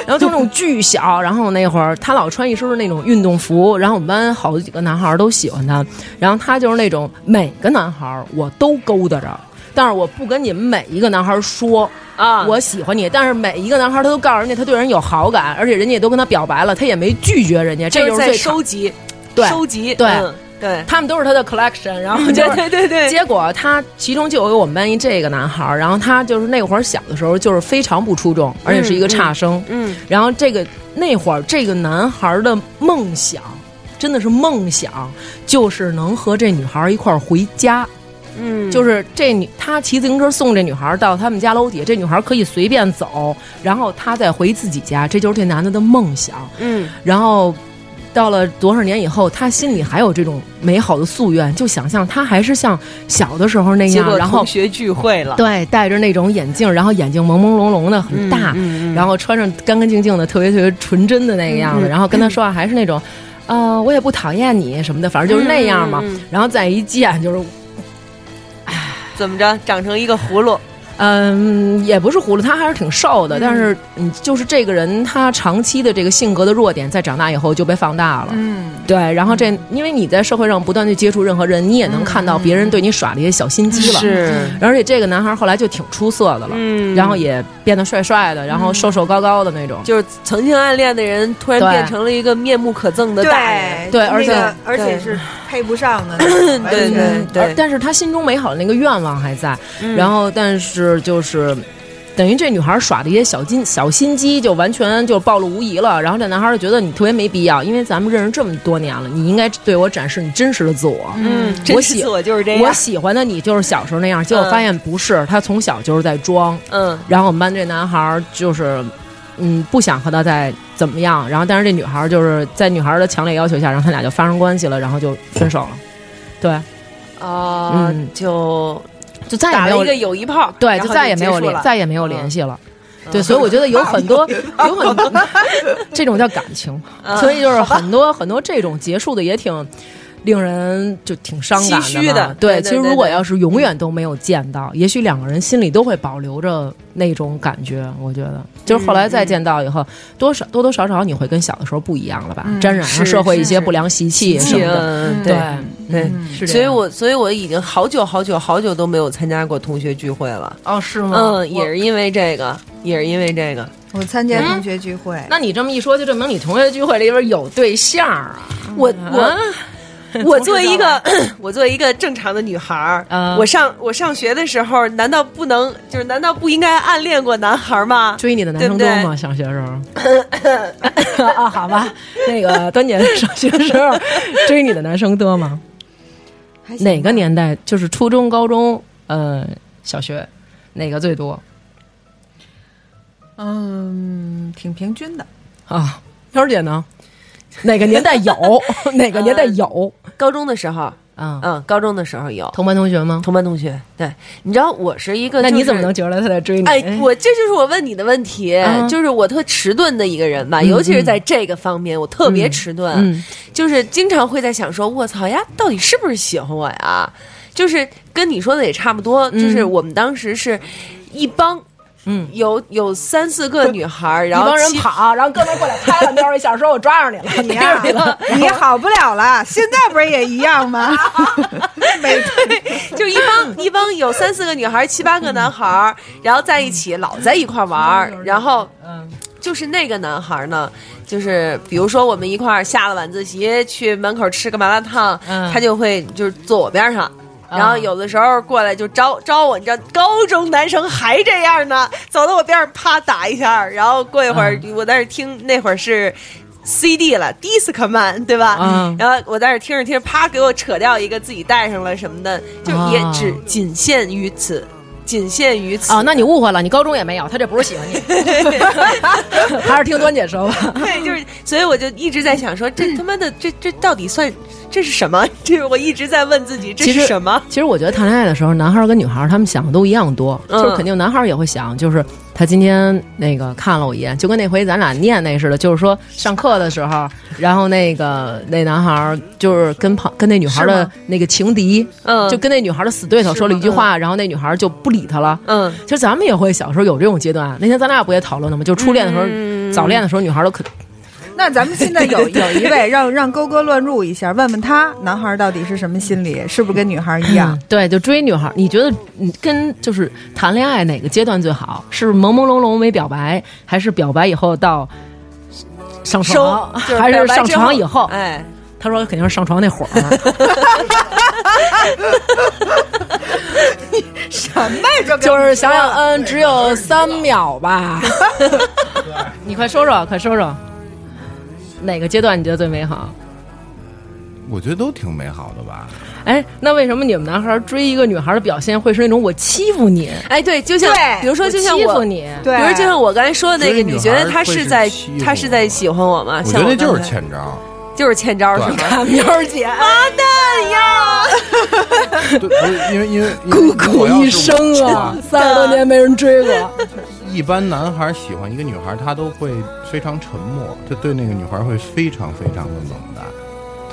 然后就那种巨小。然后那会儿她老穿一身那种运动服，然后我们班好几个男孩儿都喜欢她，然后她就是那种每个男孩儿我都勾搭着。但是我不跟你们每一个男孩儿说
啊
我喜欢你。但是每一个男孩儿他都告诉人家他对人有好感，而且人家也都跟他表白了，他也没拒绝人家，这
就是是
最
在
常
收集，
对
收集，
对
嗯对，
他们都是他的 collection，然 *laughs* 后就
对
是
*laughs* 对对对，
结果他其中就有一个我们班一这个男孩儿，然后他就是那会儿小的时候就是非常不出众，而且是一个差生。
嗯，
然后这个那会儿这个男孩儿的梦想，真的是梦想，就是能和这女孩儿一块儿回家。
嗯，
就是这女，他骑自行车送这女孩儿到他们家楼底下，这女孩儿可以随便走，然后他再回自己家，这就是这男的的梦想。
嗯，
然后到了多少年以后，他心里还有这种美好的夙愿，就想象他还是像小的时候那
结
样，
果
然后
同学聚会了，
对戴着那种眼镜，然后眼睛朦朦胧胧的，很大，
嗯嗯嗯
然后穿上干干净净的，特别特别纯真的那个样子，然后跟他说话还是那种，呃，我也不讨厌你什么的，反正就是那样嘛。
嗯嗯嗯
然后再一见就是。
怎么着，长成一个葫芦，
嗯，也不是葫芦，他还是挺瘦的，但是嗯，就是这个人他长期的这个性格的弱点，在长大以后就被放大了。
嗯，
对，然后这因为你在社会上不断去接触任何人，你也能看到别人对你耍的一些小心机了。，而且这个男孩后来就挺出色的了，
嗯
然后也变得帅帅的，然后瘦瘦高高的那种。
就是曾经暗恋的人，突然
对
变成了一个面目可憎的大人，
对
对嗯而且
那个而且
对
是配不上的那种，完
对
全
对对
而但是他心中美好的那个愿望还在，
嗯
然后但是就是。等于这女孩耍的一些小心小心机，就完全就暴露无遗了。然后这男孩就觉得你特别没必要，因为咱们认识这么多年了，你应该对我展示你真实的自我。
嗯，
我
真
喜
是我就是这
我
样，
喜欢的你就是小时候那样，结果
嗯
发现不是，他从小就是在装。
嗯
然后我们班这男孩儿就是，嗯，不想和他再怎么样。然后但是这女孩儿就是在女孩儿的强烈要求下，然后他俩就发生关系了，然后就分手了。对，
啊
嗯，
就
就再也
打
没
了
有
一个友谊炮，
对，
然
就
后
再也没有
结束
联
了
再也没有
嗯
联系了。对，所以我觉得有很多有很多这种叫感情，
嗯
所以就是很多很多这种结束的也挺。令人就挺伤感
唏嘘
的嘛
的
对，
对
其
对
实
对
如果
对
要是永远都没有见到，也许两个人心里都会保留着那种感觉。我觉得，就是后来
嗯
再见到以后，多少多多少少你会跟小的时候不一样了吧？沾染上
嗯是
社会一
是
些
是
不良习气什
记
么的，
嗯
对
对对。
嗯是这
所以
样
我，所以我已经好久好久好久都没有参加过同学聚会了。
哦是吗？
嗯，也是因为这个，也是因为这
*laughs*
个。
我参加同学聚会，
那你这么一说，就证明你同学聚会里边有对象啊？
我
啊
我我作为一个 *clears throat* 我作为一个正常的女孩儿
嗯，
我上我上学的时候，难道不能就是难道不应该暗恋过男孩儿吗？
追你的男生多
对不
吗？上学时候？啊，好吧，那个端姐上学时候追你的男生多吗？
还行吧
哪个？年代？就是初中、高中，呃，小学，哪个最多
嗯，挺平均的。
啊？飘儿姐呢？哪个年代有？哪个年代有？
高中的时候，
啊，
嗯，高中的时候有
同班同学吗？
同班同学。对，你知道我是一个、
那你
就是
怎么能觉得他在追你？
哎，我这就是我问你的问题，
啊
就是我特迟钝的一个人吧，尤其是在这个方面，我特别迟钝，
嗯
就是经常会在想说，我操呀，到底是不是喜欢我呀？就是跟你说的也差不多，就是我们当时是一帮
嗯，
有有三四个女孩儿，
一
然后
帮人
七
跑，然后哥们儿过来拍了喵一下，说我抓着你了， *laughs* 你呀、
你好不了了，现在不是也一样
*laughs*
吗？每
就一帮一帮有三四个女孩儿，七八个男孩儿，然后在一起老在一块儿玩
*laughs*
儿，然后
嗯
就是那个男孩儿呢，就是比如说我们一块儿下了晚自习去门口吃个麻辣烫，
嗯啊
他就会就是坐我边上。然后有的时候过来就招招我，你知道高中男生还这样呢，走到我边上啪打一下，然后过一会儿
嗯
我在那儿听，那会儿是 CD 了，Discman 对吧？
嗯
然后我在那儿听着听着，啪给我扯掉一个，自己戴上了什么的，就也
哦
只仅限于此，仅限于此。
哦，那你误会了，你高中也没有，他这不是喜欢你，还是听端姐说吧。
*laughs* 对，就是，所以我就一直在想说，这他妈的，这这到底算这是什么？这是我一直在问自己，这
其实
是什么？
其实我觉得谈恋爱的时候，男孩儿跟女孩儿他们想的都一样多，
嗯
就是肯定男孩儿也会想，就是他今天那个看了我一眼，就跟那回咱俩念那似的，就是说上课的时候，然后那个那男孩儿就是跟旁跟那女孩儿
是
的
吗
那个情敌，
嗯
就跟那女孩儿的死对头说了一句话，然后那女孩儿就不理他了。
嗯，
其实咱们也会小时候有这种阶段，啊那天咱俩不也讨论了吗？就初恋的时候，
嗯
早恋的时候，女孩儿都可
那咱们现在有有一位，让让勾哥乱入一下，问问他男孩到底是什么心理，是不是跟女孩一样？
对，就追女孩儿，你觉得你跟就是谈恋爱哪个阶段最好？是朦朦胧胧没表白，还是表白以后到上床，
收就是
还
表
是
白
上
之
床
后
以后？
哎，
他说肯定是上床那
*laughs*
会儿，啊
什么呀？这
*laughs* 就是想想，嗯，只有三秒吧。 *laughs* 你快说说，快说说，哪个阶段你觉得最美好？
我觉得都挺美好的吧。
哎，那为什么你们男孩儿追一个女孩儿的表现会是那种我欺负你？
哎，对，就像
对
比如说，就像
欺
我
负，你，
对，
比如就像我刚才说的那个，
追女
你觉得他
孩会
是
是
在
欺负
他是在
我
喜欢我吗？
我觉
像
得
刚
那就是
才
欠招，
就是欠招是
对
吗？
苗儿姐，
*laughs*
啊
对，不是因为因为因为
孤苦
我要
一
是
生 *laughs* 啊，三十多年没人追过。
一般男孩喜欢一个女孩，他都会非常沉默，他对那个女孩会非常非常的冷淡，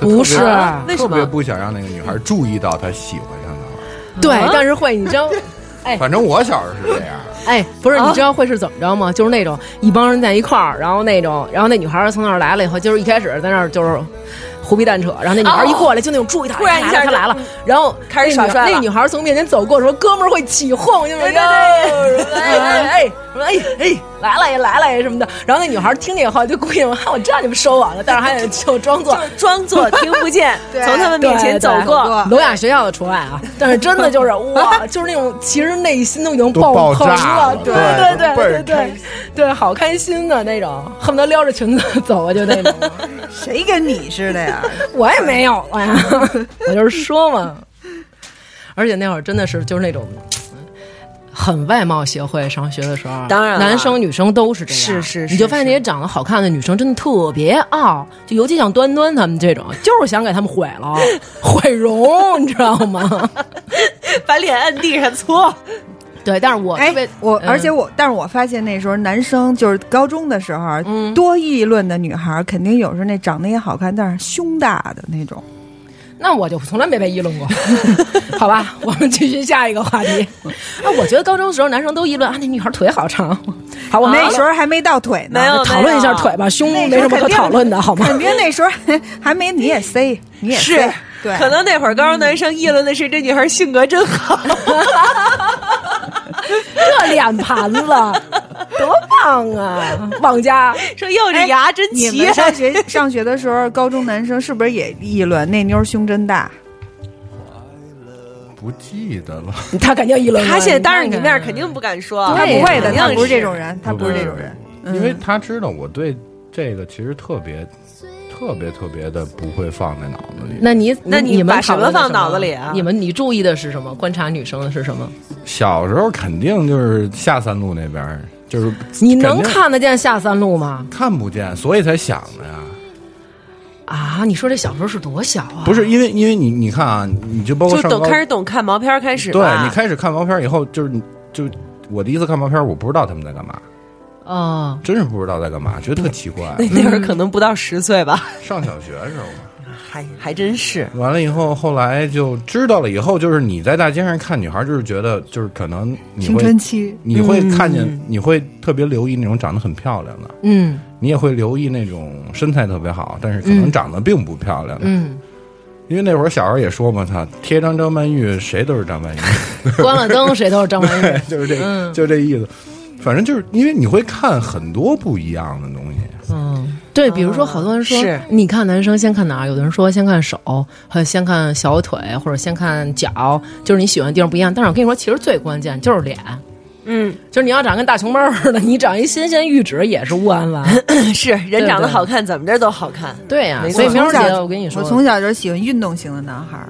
他特别
不是
啊为什
特别
么？
不想让那个女孩注意到他喜欢上她
对，
啊
但是会，你知
*laughs*
道，
了。反正我小时候是这样，
哎，不是，你知道会是怎么着吗？就是那种一帮人在一块儿，然后那种，然后那女孩儿从那儿来了以后，就是一开始在那儿就是胡逼蛋扯，然后那女孩儿一过来就那种注意她，
哦突然
她
一
来
下
了她
就嗯
来了，然后
开始耍
那女
帅了
那女孩儿从面前走过的时候，哥们儿会起哄，就是
对对
哟
对
什么哎哎哎什么哎哎来了也来了也什么的，然后那女孩儿听见以后就故意说，哈，我知道你们收网了，但是还得就装作
就是装 *laughs* 作听不见，
对
从他们面前
*laughs* 对
走
对
过。
聋哑学校的除外啊，但是真的 *laughs* 就是哇，就是那种其实内心都已经
都
爆
爆
棚
炸
对对
了对
对对对对，好开心的那种，恨不得撩着裙子走啊，就那种。
谁跟你似
*laughs*
的呀？
我也没有了呀， *laughs* 我就是说嘛。而且那会儿真的是就是那种很外貌协会上学的时候，
当然了
男生女生都是这样，
是是是
你就发现
是
那些长得好看的女生真的特别傲，就尤其像端端他们这种，就是想给他们毁了，毁容，你知道吗？
把脸摁地上搓，
对，但是我特别
哎，我
嗯
而且我，但是我发现那时候男生就是高中的时候，
嗯
多议论的女孩，肯定有时候那长得也好看，但是胸大的那种。
那我就从来没被议论过， *laughs* 好吧？我们继续下一个话题。啊，我觉得高中时候男生都议论啊，那女孩腿好长。好，我们
那时候还没到腿呢，
哦没有
讨论一下腿吧，胸
那
没
时候
什么可讨论
*laughs*
的，好吗？
肯定那时候还没你也塞，你也塞
*laughs* 是
对，
可能那会儿高中男生议论的是这女孩性格真 *laughs* 好，
这脸盘子多棒 *laughs* 啊！王佳，
说哟这牙真
哎你
齐
啊
啊
们。上学上学的时候，高中男生是不是也议论那妞儿胸真大？
不记得了。
他肯定议论
他现在当着
你
哎你
看
面儿
看
肯定不敢说，
他不会的，
肯定
他不是这种人， *laughs* 他不是
不
这
是
种人。嗯
因为他知道我对这个其实特别、特别、特别的不会放在脑子里。
那你
那你
你们
把什
讨
么
论的
放脑子里啊
你们你注意的是什么？观察女生的是什么？
小时候肯定就是下三路那边儿，就是
你能
肯定
看得见下三路吗？
看不见，所以才想着呀。
啊，啊！你说这小时候是多小啊？
不是因为因为你你看啊，你就包括
哦就
上
懂
高
开始懂看毛片儿开始吧
对你开始看毛片以后，就是你就我第一次看毛片，我不知道他们在干嘛，
哦，
真是不知道在干嘛，觉得特奇
*laughs*
怪。
*laughs* 那那会儿可能不到十岁吧，
上小学的时候。
还 *laughs* 还真是。
完了以后，后来就知道了。以后就是你在大街上看女孩，就是觉得就是可能你
青
会
春期，
你会看见，你会特别留意那种长得很漂亮的，
嗯
你也会留意那种身材特别好，但是可能
嗯
长得并不漂亮的。
嗯，
因为那会儿小时候也说嘛，他贴张张曼玉，谁都是张曼玉， *laughs*
关了灯谁都是
*laughs*
张曼玉。
就是这，
嗯
就这意思。反正就是因为你会看很多不一样的
*laughs*
东西，
嗯，对，比如说好多人说，
是
你看男生先看哪儿？有的人说先看手，还有先看小腿，或者先看脚，就是你喜欢的地方不一样。但是我跟你说，其实最关键就是脸，
嗯，
就是你要长跟大熊猫似的， *laughs* 你长一新鲜玉指也是乌安丸。
*laughs* *laughs* 是人长得好看，怎么着都好看。
对呀、
没错
所以明儿
从小
姐，我跟你说
我从小就喜欢运动型的男孩儿，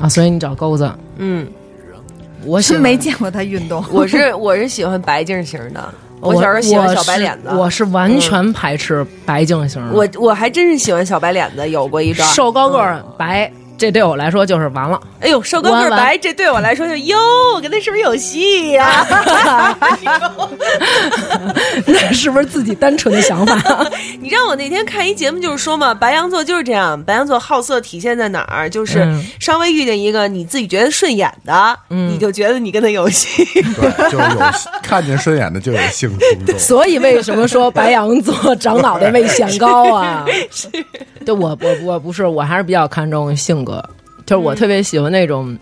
啊，所以你找钩子，
嗯，
我喜
真
欢
没见过他运动。
我是我是喜欢白净型 *laughs* 的，
我
小时候喜欢
我
小白
是
脸子，
我是完全排斥白净型的，
我我还真是喜欢小白脸子，有过一段。嗯
瘦高个儿白，这对我来说就是完了。 *laughs*
哎呦，瘦高个
弯
儿
弯
白，这对我来说就哟，我跟他是不是有戏呀、 *laughs*
那是不是自己单纯的想法？
你知道我那天看一节目，就是说嘛，白羊座就是这样，白羊座好色体现在哪儿？就是
嗯
稍微遇见一个你自己觉得顺眼的，你就觉得你跟他有戏。
对，就是有看见顺眼的就有性冲
*laughs*
动。
所以为什么说白羊座长脑袋位显高
*laughs*
啊？对我我我不是，我还是比较看重性格，就是
嗯
我特别喜欢那种，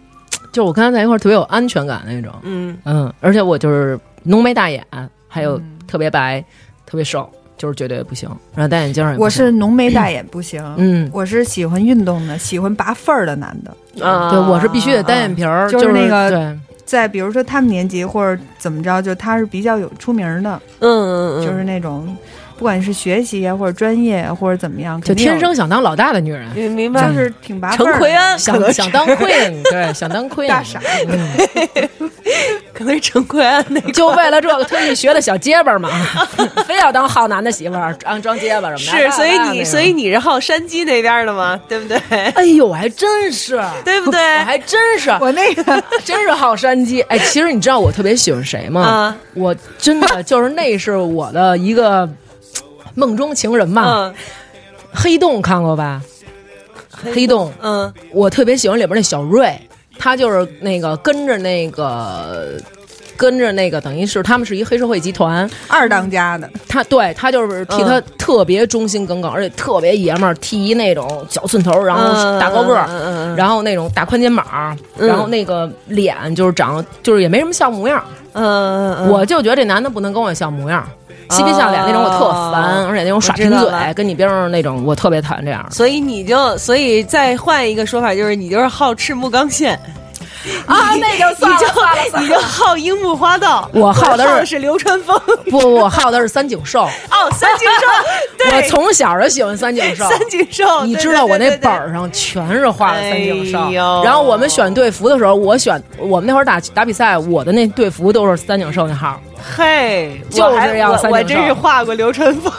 就是我跟他在一块儿特别有安全感那种。
嗯，
嗯，而且我就是浓眉大眼，还有
嗯
特别白、特别瘦，就是绝对不行。然后戴眼镜儿也不
*laughs* 我
行
是浓眉大眼不行，
嗯
我是喜欢运动的，喜欢拔份儿的男的。
啊
*laughs* 对，我是必须得单眼皮儿、
啊就是
是
那个
对，
在比如说他们年级或者怎么着，就他是比较有出名儿的，
嗯嗯嗯，
就是那种不管是学习啊或者专业啊或者怎么样，
就
肯定有
天生啊想当老大的女人，
你明白
就。是挺拔
陈
份儿的。
奎安可
想
能
想当 queen，对，想
*laughs*
当 queen，
嗯大傻
嗯
可能是陈奎安那个，
*laughs* 就为了这个特意学的小结巴嘛， *laughs* 非要当浩南的媳妇
*laughs*
儿，装装结巴什么
是，
的。
所以
那
你
个
所以你是好山鸡那边的吗？对
*laughs*
不对？
哎呦，我还真是，
对不对
我还真
*laughs*
是，
我那个 *laughs*
真是好山鸡。哎，其实你知道我特别喜欢谁吗？
啊
我真的就是那是我的一个嘖梦中情人吧。
嗯
黑洞看过吧？黑洞，
嗯
我特别喜欢里边那小瑞，他就是那个跟着那个。跟着那个，等于是他们是一黑社会集团，
二当家的，
他对他就是替
嗯
他特别忠心耿耿，而且特别爷们儿，剃一那种小寸头，然后大高个儿，
嗯嗯嗯嗯
然后那种大宽肩膀儿，然后那个脸就是长，就是也没什么像模样儿。
嗯，嗯哦
我就觉得这男的不能跟我像模样儿，嬉皮笑脸那种我特烦，而且那种耍贫
我知道了
嘴，跟你边上那种我特别讨厌这样儿。
所以你就，所以再换一个说法，就是你就是好赤木刚
*laughs*
宪，
*laughs* 啊，那就
你就你就好樱木花道，
我好的是
的是流川枫，
不不，我好的是三井寿，
哦，三井 *laughs* 寿， *laughs* 对，
我从小就喜欢三井寿。
三井寿，
你
哦对
知道我那
对对
本，
对对
儿上全是画的三井寿
哎，呦
然后我们选队服的时候，我选我们那会儿打打比赛，我的那队服都是三井寿那号儿。
嘿，
就是
我还
要
我
三井寿
我真是画过流川枫，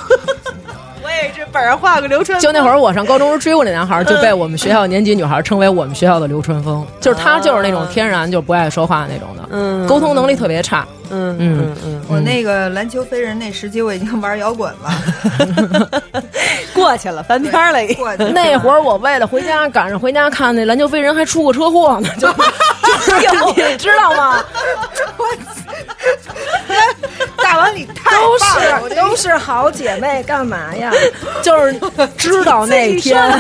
*laughs* 我也是本上画过流川枫，
就那会儿我上高中时追过那男孩儿，就被我们学校年级女孩儿称为我们学校的流川枫，就是他就是那种天然就不爱说话那种的，
啊嗯
沟通能力特
*laughs*
别差。
嗯
嗯
嗯嗯，
我那个篮球飞人那时期我已经玩摇滚
*laughs*
了，
过去了，翻篇儿了已经。
过去
那会儿我为了回家赶上回家看那篮球飞人还出过车祸呢，
*laughs*
就就是 *laughs* 你知道吗？
大王你太
都
棒了，
是都是好姐妹，干嘛呀？
就是知道那天，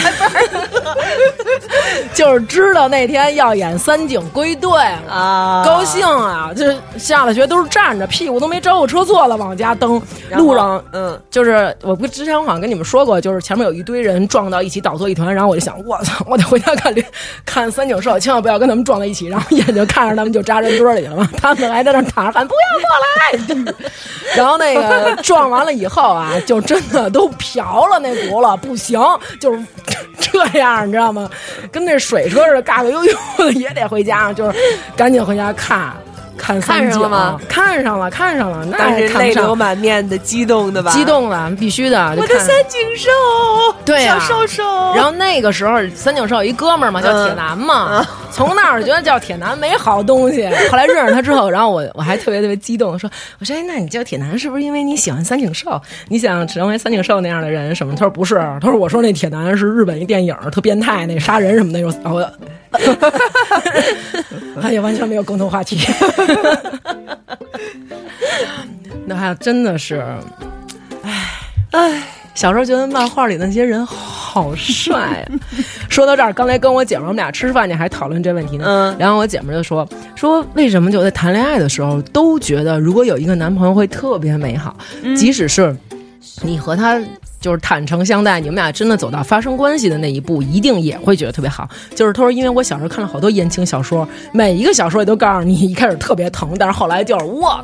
*laughs*
就是知道那天要演三井归队了。
啊，
高兴啊！就是下了学都是站着，屁股都没招过车座了，往家蹬。
然后
路上
嗯，
就是我不之前好像跟你们说过，就是前面有一堆人撞到一起倒作一团，然后我就想，我操，我得回家看刘看三井寿，千万不要跟他们撞在一起。然后眼睛看着他们就扎人堆儿里去了嘛，他们还在那儿躺着喊不要过来。然后那个撞完了以后啊，就真的都瓢了那轱辘，不行，就是这样，你知道吗？跟那水车似的，嘎嘎悠悠的也得回家，就是赶紧回家看。看
看
三
上
九
了吗？
看上了，看上了，那
当时
看不
泪
上
流满面的，哎激动的吧？
激！动了，必须的。就
我的
看
三井寿，
对
小
啊
寿寿。
然后那个时候，三井寿有一哥们儿
嗯
嘛，叫铁男嘛， *laughs* 从那儿觉得叫铁男没好东西。后来认识他之后，然后我我还特别特别激动，说我说哎，那你叫铁男是不是因为你喜欢三井寿，你想成为三井寿那样的人什么？他说不是，他说我说那铁男是日本一电影儿特变态，那杀人什么的，有我， *laughs* 哎呀，完全没有共同话题。 *laughs* 那还真的是，小时候觉得漫画里那些人好帅、啊。说到这儿，刚才跟我姐们儿我们俩吃饭去还讨论这问题呢。
嗯
然后我姐们儿就说说为什么就在谈恋爱的时候都觉得如果有一个男朋友会特别美好，
嗯
即使是你和他。就是坦诚相待，你们俩真的走到发生关系的那一步，一定也会觉得特别好。就是他说，因为我小时候看了好多言情小说，每一个小说也都告诉你，一开始特别疼，但是后来就是哇，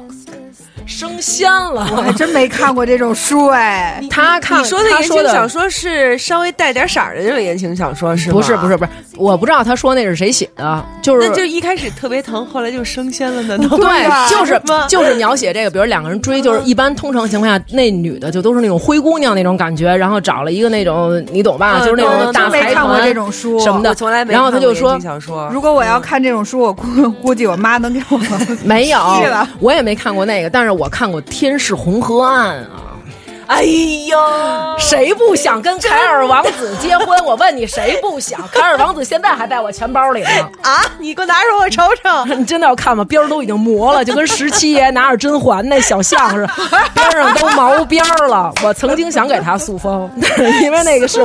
升仙了。
我还真没看过这种书
*laughs*
哎。
他看
你说的
他
言情小说是稍微带点色儿的这种言情小说是吗？
不是不是，不是，我不知道他说那是谁写的，就是
那就一开始特别疼，后来就升仙了，难道
*laughs* 对，就是
吗？
就是描写这个，比如两个人追，就是一般通常情况下，那女的就都是那种灰姑娘那种感觉，然后找了一个那种你懂吧，
嗯
就是那
懂
种
懂
大
懂
没
财
看过
团
这种书
什么的
哦我从来没
然后他
看过
就说
言情小说，
如果我要看这种书，我估估计我妈能给我。 *laughs*
没有
是吧，
我也没看过那个，但是我看过《天使红河岸》啊。哎呦，谁不想跟凯尔王子结婚？我问你，谁不想？凯尔王子现在还在我钱包里呢。
啊，你给我拿出我瞅瞅。 *laughs*
你真的要看吗？边儿都已经磨了，就跟十七爷拿着甄嬛那小像
*laughs*
似的，边上都毛边儿了。我曾经想给他塑封， *laughs* 因为那个
*laughs*
是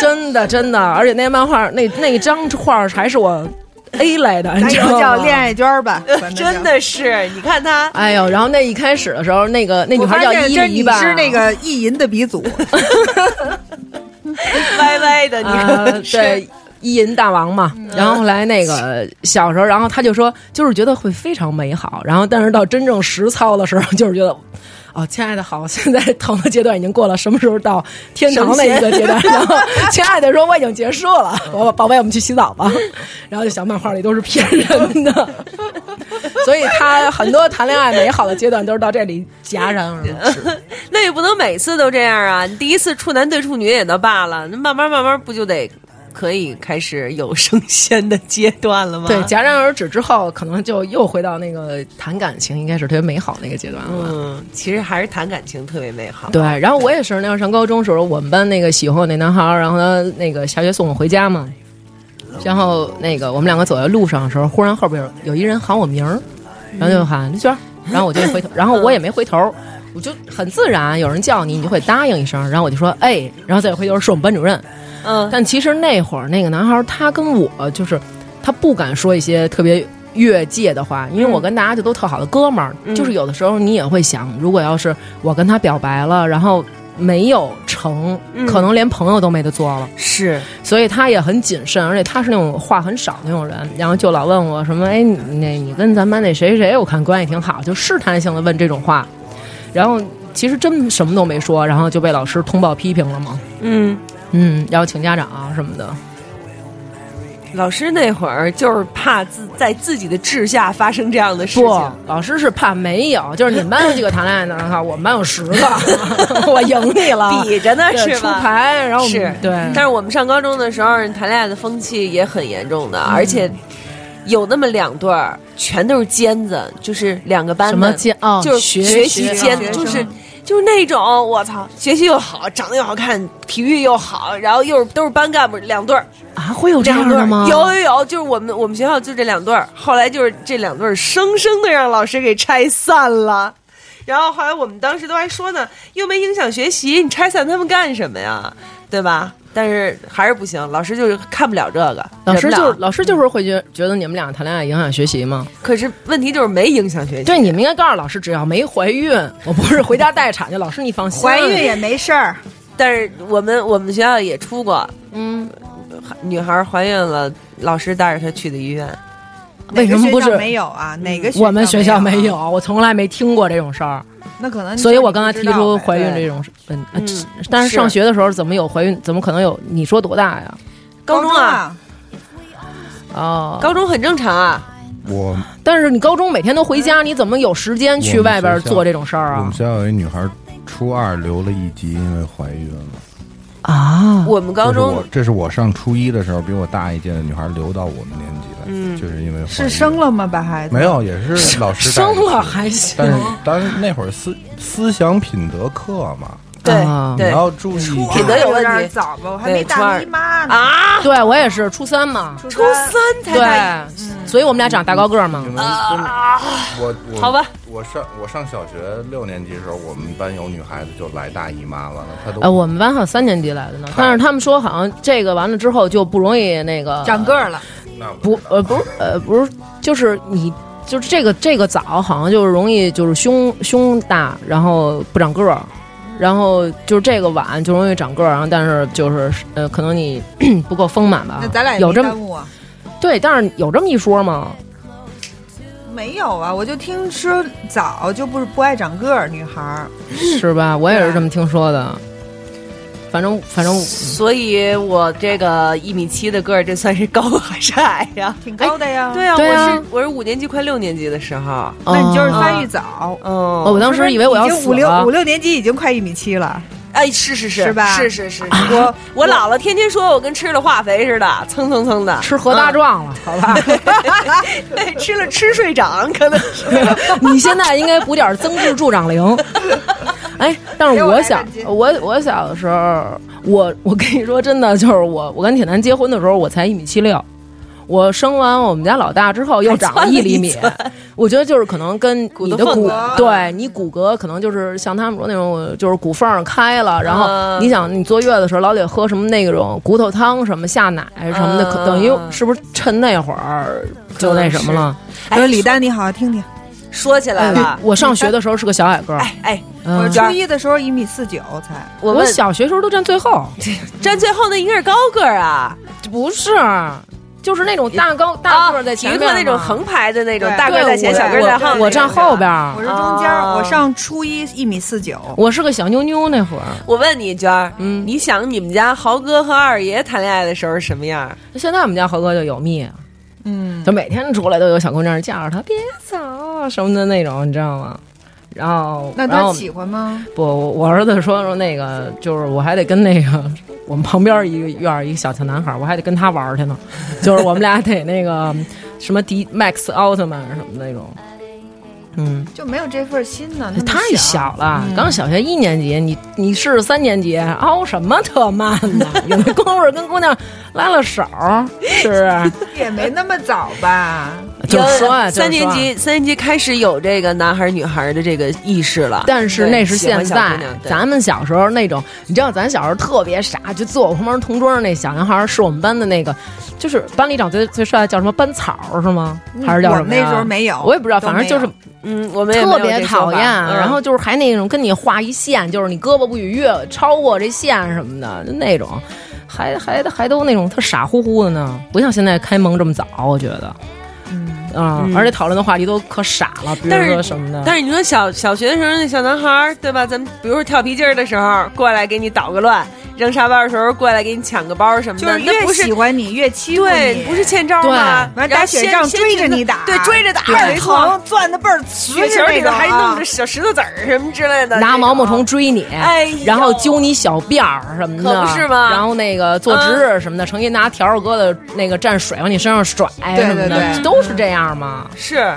真的真的，而且那漫画那那张画还是我 A 类的，你
咱
知
以
道
后
吗？
叫恋爱娟儿
*laughs*
吧，管她叫
真。的是，你看 *laughs* 他，
哎呦，然后那一开始的时候，那个那女
我
孩
发
叫
现
伊
这你
犁吧？
是那个意淫的
*laughs*
鼻祖，
歪歪的，你
啊，
看， *laughs*
对，意淫大王嘛。然后后来那个小时候，然后他就说，就是觉得会非常美好。然后但是到真正实操的时候，就是觉得。哦，亲爱的，好，现在疼的阶段已经过了，什么时候到天堂那一个阶段？然后，亲爱的说我已经结束了，我宝贝，我们去洗澡吧。然后就想漫画里都是骗人的， *laughs* 所以他很多谈恋爱美好的阶段都是到这里戛然而止。
那也不能每次都这样啊！你第一次处男对处女也就罢了，那慢慢慢慢不就得可以开始有升仙的阶段了吗？
对，戛然而止之后，可能就又回到那个谈感情，应该是特别美好那个阶段了。
嗯，其实还是谈感情特别美好。
对，然后我也是那会儿上高中时候，我们班那个喜欢我那男孩儿，然后他那个下学送我回家嘛，然后那个我们两个走在路上的时候，忽然后边有有一人喊我名儿，然后就喊
嗯
刘娟儿，然后我就回头，然后我也没回头，我就很自然，有人叫你，你就会答应一声，然后我就说哎，然后再回头是我们班主任，
嗯，
但其实那会儿那个男孩儿他跟我就是他不敢说一些特别越界的话，因为我跟大家就都特好的哥们儿，就是有的时候你也会想，如果要是我跟他表白了，然后。没有成，可能连朋友都没得做了，
是
所以他也很谨慎，而且他是那种话很少那种人，然后就老问我什么，哎，你那你跟咱班那谁谁谁，我看关系挺好，就试探性的问这种话，然后其实真什么都没说，然后就被老师通报批评了嘛，
嗯，
嗯，然后请家长啊什么的，
老师那会儿就是怕自在自己的治下发生这样的事
不
情。，
老师是怕没有，就是你们班有几个谈恋爱的，哈，我们班有 *laughs* 十个，我赢你 *laughs* 了，
比着呢
对
是
出
吧？
牌，然后我们
是
对，
但是我们上高中的时候，谈恋爱的风气也很严重的，
嗯
而且有那么两对儿，全都是尖子，就是两个班
什么
的
尖哦
就是
学
习
学
尖，
生
就是。就是那种我操，学习又好，长得又好看，体育又好，然后又是都是班干部，两对儿，
啊，会有这
两
样
对
的
儿
吗？
有有有，就是我们我们学校就这两对儿，后来就是这两对儿生生的让老师给拆散了。然后后来我们当时都还说呢，又没影响学习，你拆散他们干什么呀？对吧？但是还是不行，老师就是看不了这个，
老师
忍不
就
了
是老师就是会觉觉得你们俩谈恋爱影响学习吗？
可是问题就是没影响学习。
对，你们应该告诉老师，只要没怀孕，我不是回家待产去，老师你放心。
怀孕也没
*laughs*
事儿。
但是我们我们学校也出过
嗯，
女孩怀孕了，老师带着她去的医院。
为什么不
哪个学校
是嗯
没有啊？哪个
我们学校没
没
有，？我从来没听过这种事儿。嗯
那可能你
所以
说
我
你
刚才
不
提
知道
出
呗
怀孕
对
这种事，嗯，啊
嗯
这但是
是
上学的时候怎么有怀孕？怎么可能有？你说多大呀？
高中啊，
啊，
哦，
高中很正常啊，
我
但是你高中每天都回家，你怎么有时间去外边做这种事儿
我们
啊？
学校有一女孩初二留了一级，因为怀孕了。
啊，
我们高
这是
中
我这是我上初一的时候，比我大一届的女孩留到我们年级来，
嗯
就是因为怀孕
是生了吗？把孩子
没？有，也是老师带
生
的
了还行
但是但是那会儿思思想品德课嘛，
对
啊
你
对
要注意
初二
品德有问题
有点早吧，我还
对
没
初
大
二
姨妈呢。
啊，
对我也是初三嘛，
初三才大一，
对，所以我们俩长大高个儿嘛
你。们真的，我我
好吧，
我上我上小学六年级的时候，我们班有女孩子就来大姨妈了，她都
呃，我们班好像三年级来的呢，但是他们说好像这个完了之后就不容易那个
长个儿了，
那
不
我知道
呃不是呃不是，就是你就是这个这个早好像就是容易就是胸胸大，然后不长个儿，然后就是这个晚就容易长个儿，然后但是就是呃可能你 *clears throat* 不够丰满吧
那咱俩，也
有
没
这
耽
么
误啊？
对，但是有这么一说吗？
没有啊，我就听说早就不是不爱长个儿女孩儿，
是吧？我也
啊
是这么听说的，反正反正
所以我这个一米七的个儿，这算是高还是矮呀？
挺高的呀。
对啊，
对啊
我是我是五年级快六年级的时候，
那你就是
啊
发育早。
哦我
嗯，
当时以为我要
已经
死
五六
了
五，六年级已经快一米七了，
哎，是是是
是吧
是是是，
*laughs*
我
我姥姥天天说我跟吃了化肥似的，蹭蹭蹭的，
吃核大
嗯
壮了，好吧？
对， *laughs* 吃了吃睡长，可
*laughs*
能是
你现在应该补点增智助长灵。哎，但是
给我
我
来
小
半斤
我我小的时候，我我跟你说真的，就是我我跟铁男结婚的时候，我才一米七六。我生完我们家老大之后又长了一厘米，我觉得就是可能跟
骨
你
头
的
缝
骨
合
对你骨骼可能就是像他们说那种就是骨缝儿开了，然后
嗯
你想你坐月子的时候老得喝什么那种骨头汤什么下奶什么的，可等于
嗯
是不是趁那会儿就那什么了？
说李哎丹，你好好听听。
哎说起来了，
嗯我上学的时候是个小矮个儿，
哎哎，
嗯
我
这
初一的时候一米四九才，
我
我
问
小学时候都站
*laughs*
最后，
站最后那应该是高个儿啊，
不是，就是那种大高大个
啊，
儿在
体
前
育
面
课
嘛
那种横排的那种，
对
大个儿在前，
对
小个儿
我
在后面那种。
我站后边儿
我，是中间儿，
哦
我上初一一米四九，
我是个小妞妞那会儿，
我问你娟儿，
嗯
你想你们家豪哥和二爷谈恋爱的时候是什么样儿？
现在我们家猴哥就有蜜，
嗯，
就每天出来都有小姑娘叫着他别走啊什么的那种，你知道吗？然后，
那
然后
他
我们
喜欢吗？
不，我我儿子说说那个，就是我还得跟那个我们旁边一个院儿一个小小男孩儿，我还得跟他玩儿去呢，就是我们俩得那个什么迪 Max 奥特曼什么那种，嗯，
就没有这份心呢，那么
哎太小了，
嗯
刚小学一年级，你你是三年级，凹什么特慢呢？有那功夫跟姑娘拉拉手儿，是不是？
*laughs*
也没那么早吧？
就是说啊，
有
就是说啊
三年级，三年级开始有这个男孩儿女孩儿的这个意识了，
但是
对
那是
喜欢
现
小姑
在
娘，对
咱们小时候那种，你知道，咱小时候特别傻，就坐我旁边同桌那小男孩儿是我们班的那个，就是班里长最最帅的叫什么班草儿是吗？ *laughs* 还是叫
我
什么
那
呀？
时候没有，
啊我也不知道，
都
反正就是
没
嗯，我们也没
特
有
别
这说
讨
法
厌，啊
嗯
然后就是还那种跟你画一线，就是你胳膊不许越超过这线什么的那种，还还还都那种特傻乎乎的呢，不像现在开蒙这么早，我觉得，嗯啊，而且讨论的话题都可傻了，比如
但是
说什么的，
但是你说小小学的时候那小男孩儿对吧？咱们比如说跳皮筋儿的时候过来给你捣个乱，扔沙包的时候过来给你抢个包什么
有，就
的，
是
那
越
不是
喜欢你越欺负
对，
你，
不是欠招吗？
完了
然后
打雪
先
仗
先
追着
去弄
你打
对，追着打，
腿
没错
疼，攥的倍儿瓷
雪
实
球
那
里头
种啊
还弄着小石头子儿什么之类的，
拿
这种
毛毛虫追你，
哎呦
然后揪你小辫儿什么的，
可不是吗嗯
然后那个做值日什么的，成心拿笤帚疙瘩那个蘸水往你身上甩
对
什么的，
对对
都是这
*laughs*
样吗？
是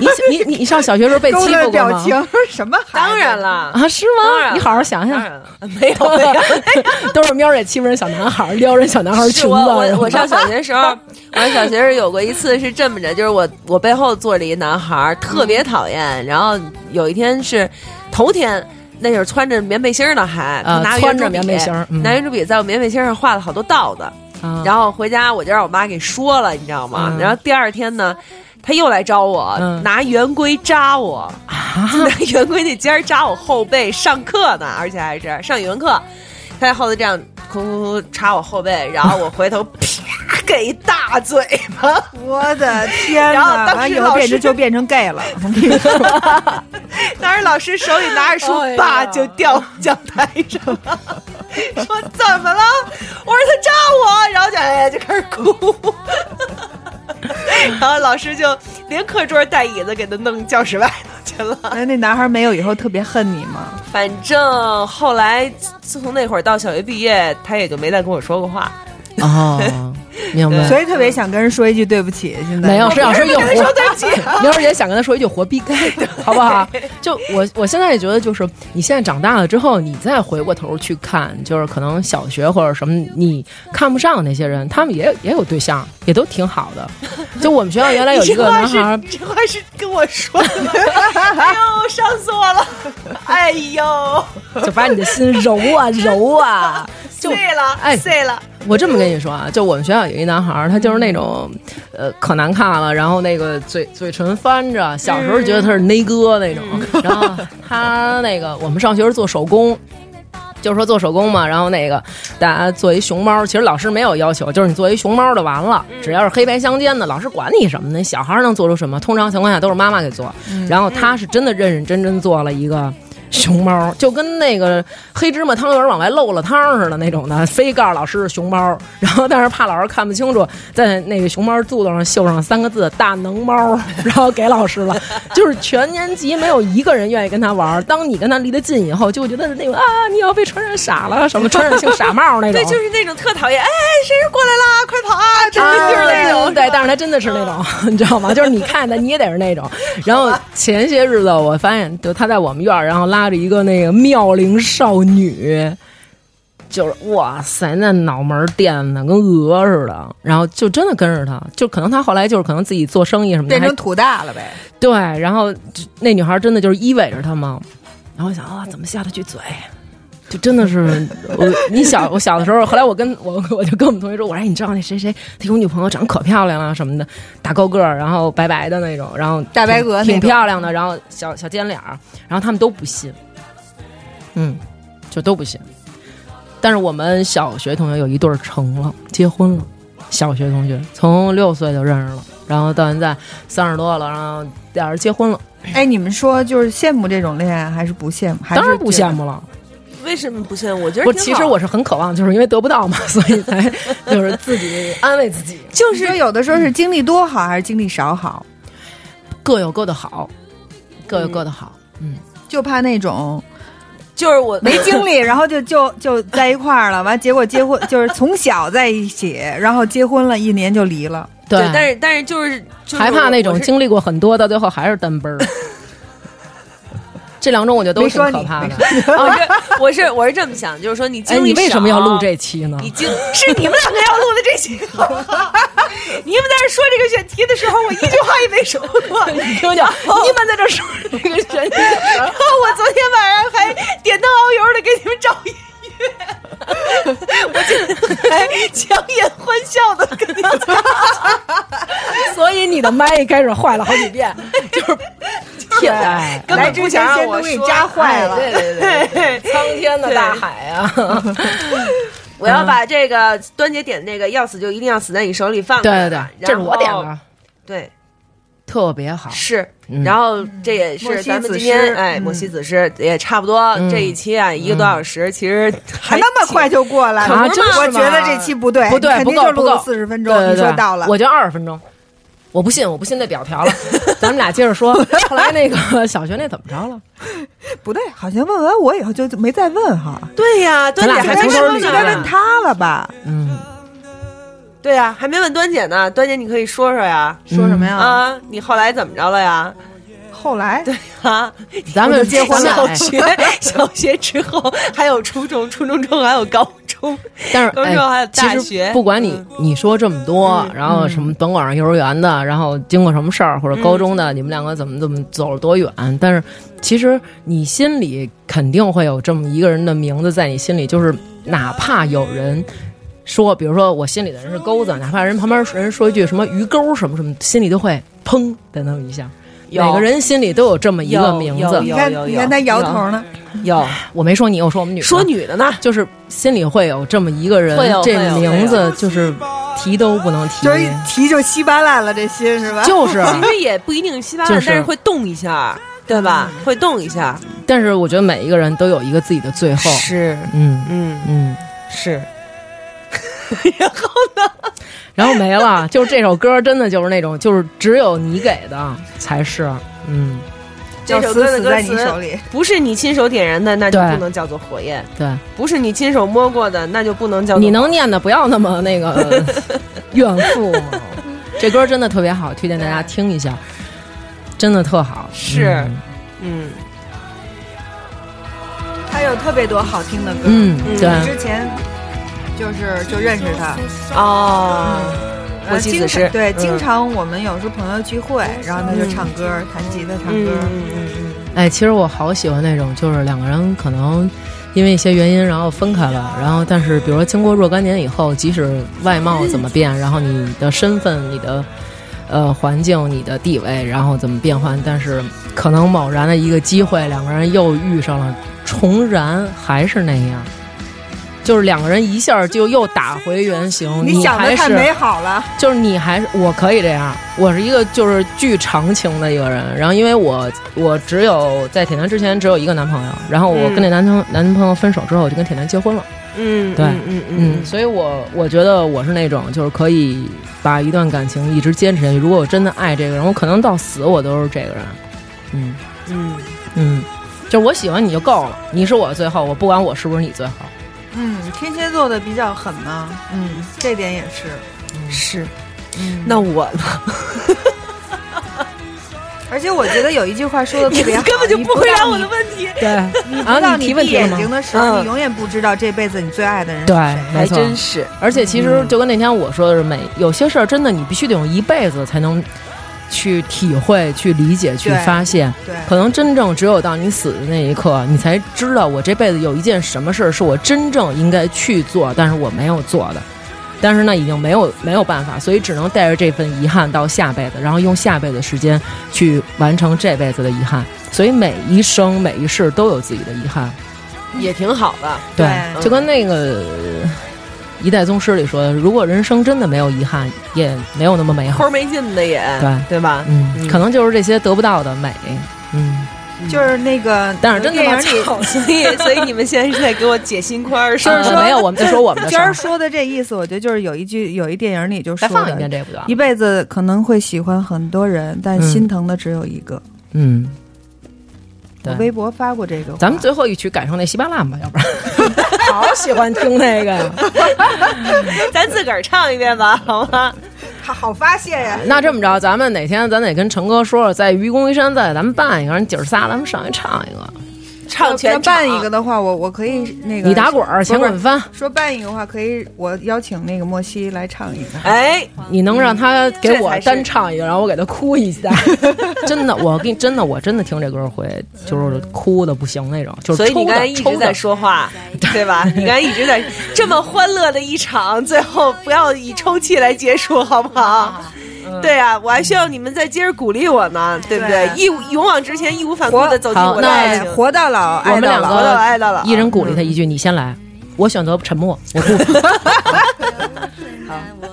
你你你你上小学时候被欺
勾勒
负过
表
吗？
情 *laughs* 什么孩子？
当然了，
啊，是
当然
吗？
了
你好好想
当
*laughs* 想，
然了， *laughs* 没有没有。
都是喵儿姐欺负人小男孩儿，撩人小男孩儿裙
是
子。
我
是
我
吧
我上小学的时候，我上小学时候有过一次是这么着，就是我我背后坐着一男孩儿，特别讨厌。然后有一天是头天，那会儿穿着棉背心儿呢，还
啊
拿
穿
圆珠笔
着棉背心儿嗯
拿圆珠笔在我棉背心儿上画了好多道子。
啊
然后回家我就让我妈给说了，你知道吗？
嗯
然后第二天呢，他又来招我，
嗯啊
拿圆规扎我， *laughs* 就拿圆规那尖儿扎我后背。上课呢，而且还是上语文课，他在后头这样哭哭哭插我后背，然后我回头啪给一大嘴巴。 *laughs*
我的天
然后
呐，
当时
完以后
老
变
师
成就变成
*laughs*
gay 了，我跟你说，
当时老师手里拿着书，叭就掉讲台上 *laughs* 了，说怎么了？ *laughs* 我说他扎我，然后就哎呀就开始哭，然后老师就连课桌带椅子给他弄教室外头去了。
哎那那男孩没有以后特别恨你吗？
反正后来自从那会儿到小学毕业，他也就没再跟我说过话。
哦，明白。
所以特别想跟人说一句对不起。现在
没有，是想说一句
跟他
活
说对不起，
刘儿姐想跟他说一句“活逼
*laughs*
该”，好不好？就我我现在也觉得，就是你现在长大了之后，你再回过头去看，就是可能小学或者什么，你看不上那些人，他们也也有对象，也都挺好的。就我们
哦
学校原来有一个男孩儿
你，这话是跟我说的 *laughs* 吗，哎呦，伤死我了！哎呦，
就把你的心揉啊揉啊。就
碎了，
哎
碎了。
我这么跟你说啊，就我们学校有一男孩儿，他就是那种，呃，可难看了，然后那个嘴嘴唇翻着，小时候觉得他是内哥那种， *laughs* 然后他那个我们上学是做手工。就是说做手工嘛，然后那个大家做一熊猫，其实老师没有要求，就是你做一熊猫就完了，只要是黑白相间的，老师管你什么呢？小孩儿能做出什么？通常情况下都是妈妈给做，然后他是真的认认真真做了一个。熊猫就跟那个黑芝麻汤圆往外漏了汤似的那种的，非告诉老师是熊猫，然后但是怕老师看不清楚，在那个熊猫肚子上绣上三个字“大能猫”，然后给老师了。就是全年级没有一个人愿意跟他玩儿。当你跟他离得近以后，就会觉得是那种啊，你要被传染傻了什么，传染性傻帽那种。
对，就是那种特讨厌，哎，谁谁过来啦，快跑啊！这
啊
就是那种，啊
对，但是他真的是那种， *laughs* 你知道吗？就是你看他，你也得是
*laughs*
那种。然后前些日子我发现，就他在我们院儿，然后拉着一个那个妙龄少女，就是哇塞，那脑门儿垫的跟鹅似的，然后就真的跟着他，就可能他后来就是可能自己做生意什么的，
变
还
成土大了呗。
对，然后就那女孩真的就是依偎着他嘛，然后我想啊，怎么下得去嘴？就真的是我，你小我小的时候，后来我跟我我就跟我们同学说，我说哎，你知道那谁谁他有女朋友，长得可漂亮了什么的，大高个儿，然后白白的那种，然后挺
大白鹅那种
挺漂亮的，然后小小尖脸儿，然后他们都不信，嗯，就都不信。但是我们小学同学有一对儿成了，结婚了。小学同学从六岁就认识了，然后到现在三十多了，然后俩人结婚了，
哎，你们说就是羡慕这种恋爱还是不羡慕？还是
当然不
觉得
羡。慕了。
为什么不信？我觉得
不，
挺好
其实我是很渴望，就是因为得不到嘛，所以才就是自己安慰自己，
就是你说有的时候是经历多好还是经历少好，
各有各的好，各有各的好。
就怕那种
就是我
没经历，然后就就 *laughs* 就在一块儿了，完结果结婚就是从小在一起，然后结婚了一年就离了。
对，但是但是就是就是
害怕那
我
种
是 *laughs*
经历过很多，到最后还是单奔儿。这两种我觉得都
没
挺
说
可
你
怕
没
的。
我哦是我是我是这么想，就是说你经
哎，
历、
你为什么要录？这期呢？
你经是你们两个要录的这些，好不好 *laughs* 你们在这说这个选题的时候，我一句话也没说过。
*laughs*
哦
你听听，你们在这说这个神经，
然后我昨天晚上还点灯熬油的给你们找音乐，我今天还强颜欢笑的跟你们
所以你的麦一开始坏了好几遍，就是天哎
根本不想让我
来之前先都给你
说
扎坏了
哎对对对
*laughs*
对，苍天
的大海啊！
*laughs* 我
嗯
要把这个端姐点的那个要死就一定要死在你手里放，
对对对，这是我点的，，
对
特别好。
是
嗯。
然后这也
莫
是
西
咱们
子
今天
诗
哎，
嗯
莫西子诗也差不多这一期啊，一个多小时，其实
还那么快就过来了，
啊真是
我
吗
觉得这期不对，
不对
肯定就
不
录
够
了
不够
四十分
对
钟，
对
你
对
说到了，哎
我就二十分钟。我不信，我不信那表 *laughs* 条了。咱们俩接着说。后来那个小学那怎么着了？
不对，好像问完我以后就就没再问哈，
对呀，端姐
俩还
没
从头
说
捋
应
呢
该问他了吧？
嗯，
对呀，还没问端姐呢，端姐你可以说说呀，
说什么呀？
啊，你后来怎么着了呀？
后来
啊，
咱们
结婚了
小学小学之后还有初中，初中之后还有高中，
*laughs* 但是
高中还有
哎，其
大学嗯
实不管你你说这么多，然后什么甭管是幼儿园的，然后经过什么事儿
嗯
或者高中的，你们两个怎么怎么走了多远，但是其实你心里肯定会有这么一个人的名字在你心里，就是哪怕有人。说，比如说我心里的人是钩子，哪怕人旁边人说一句什么鱼钩什么什么，心里都会砰的那么一下。
有
每个人心里都有这么一个
有
名
有
字
有。
你看你看他摇头呢，
有
我没说你，我说我们女的
说女的呢，
就是心里会有这么一个人
会有，
这
会有
名字就是提都不能提
就，是一提就稀巴烂了，这心是吧？
就是。
其实也不一定稀巴烂
就，是
但是嗯会动一下，对吧？会动一下，
但是我觉得每一个人都有一个自己的最后，
是，
嗯
*laughs* 嗯，
嗯。
是。
然后没了。 *laughs* 就是这首歌真的就是那种，就是只有你给的才是，嗯，
这
要
首
死
歌的
死
歌
在你手
词
里。
不是你亲手点燃的，那就
对
不能叫做火焰；
对。
不是你亲手摸过的，那就不能叫做
你能念的不要那么
*laughs*
那个怨妇，这歌真的特别好，推荐大家听一下，真的特好。
是，嗯
他有特别多好听的歌，
嗯，嗯，对，
之前就是就认识他，
哦，
呃
我妻
经
子
常
是
对，
嗯
经常我们有时候朋友聚会，然后他就唱歌，弹吉他唱
嗯
歌，
嗯嗯
哎，其实我好喜欢那种，就是两个人可能因为一些原因，然后分开了，然后但是比如说经过若干年以后，即使外貌怎么变，然后你的身份、你的呃环境、你的地位，然后怎么变换，但是可能某然的一个机会，两个人又遇上了，重燃还是那样。就是两个人一下就又打回原形，你
想的
还
太
是
美好了，
就是你还是我可以这样，我是一个就是巨长情的一个人。然后因为我我只有在铁男之前只有一个男朋友，然后我跟那男朋友、男朋友分手之后，我就跟铁男结婚了。
嗯，
对
嗯
嗯，所以我我觉得我是那种就是可以把一段感情一直坚持下去。如果我真的爱这个人，我可能到死我都是这个人。嗯
嗯
嗯，就是我喜欢你就够了，你是我最后，我不管我是不是你最后。
嗯，天蝎座的比较狠嘛，嗯，这点也是，
嗯是。
嗯
那我
而且我觉得有一句话说的
*laughs*
特别好，
根本就
你
不
不
回答
到
我
你
的问题，
对，
不
*laughs* 啊，
到
你
你
提问
闭
题了
眼
吗？
睛的时候，
嗯
你永远不知道这辈子你最爱的人是
对
谁。，
没
还
错。
真是
而且其
嗯
实就跟那天我说的是，每有些事儿真的你必须得用一辈子才能去体会、去理解、去
对
发现。
对
可能真正只有到你死的那一刻，你才知道我这辈子有一件什么事儿是我真正应该去做，但是我没有做的。但是呢，已经没有没有办法，所以只能带着这份遗憾到下辈子，然后用下辈子时间去完成这辈子的遗憾。所以每一生每一世都有自己的遗憾。
也挺好的，
对，
对
就跟那个《一代宗师》里说的，如果人生真的没有遗憾，也没有那么美
抠
好。
没劲的也，
对
对吧？
嗯，
嗯
可能就是这些得不到的美。嗯，
就是那个，
但是
嗯
真的
电
吗
影里
所以 *laughs* 所以你们现在是在给我解心宽 *laughs* 儿，是
呃
不是？
没有，我们在说我们的事
娟儿
儿。
说的这意思，我觉得就是有一句，有一电影里就
再
说
放一遍
的，
这不就？
一辈子可能会喜欢很多人，但
嗯
心疼的只有一个。
嗯，
我
对
微。博发过这个话，
咱们最后一曲改成那西巴烂吧，要不然好喜欢听那个呀。
*laughs* 咱自个儿唱一遍 *laughs* 吧，好吗？
好好发泄呀。
那这么着，咱们哪天咱得跟陈哥说说，在愚公移山再咱们办一个，人姐儿仨咱们上去唱一个，
唱全
要
场
办一个，的话，我我可以那个
啊你打滚儿，
不是
前滚翻，
说办一个的话，可以我邀请那个莫西来唱一个。
哎，
你能让他给
这
我
才是
单唱一个，然后我给他哭
*laughs*
一下。真的，我跟你真的，我真的听这歌会就是哭的不行那种，就是
所以你
抽
刚才
的
一直
抽
在
的。
说话，对 *laughs* 吧？你刚才一直在这么欢乐的一场，最后不要以抽泣来结 *laughs* 束，好不好？对啊，我还需要你们再接着鼓励我呢，对不对？啊
对
义无勇往直前，义无反顾的走进
好
我的
那
爱
哎，
情。
活到老，
我
爱
们
到
两
老。
爱到老
个
爱到老
一人鼓励他一句：“你先来。”我选择沉默，我
*laughs*
不。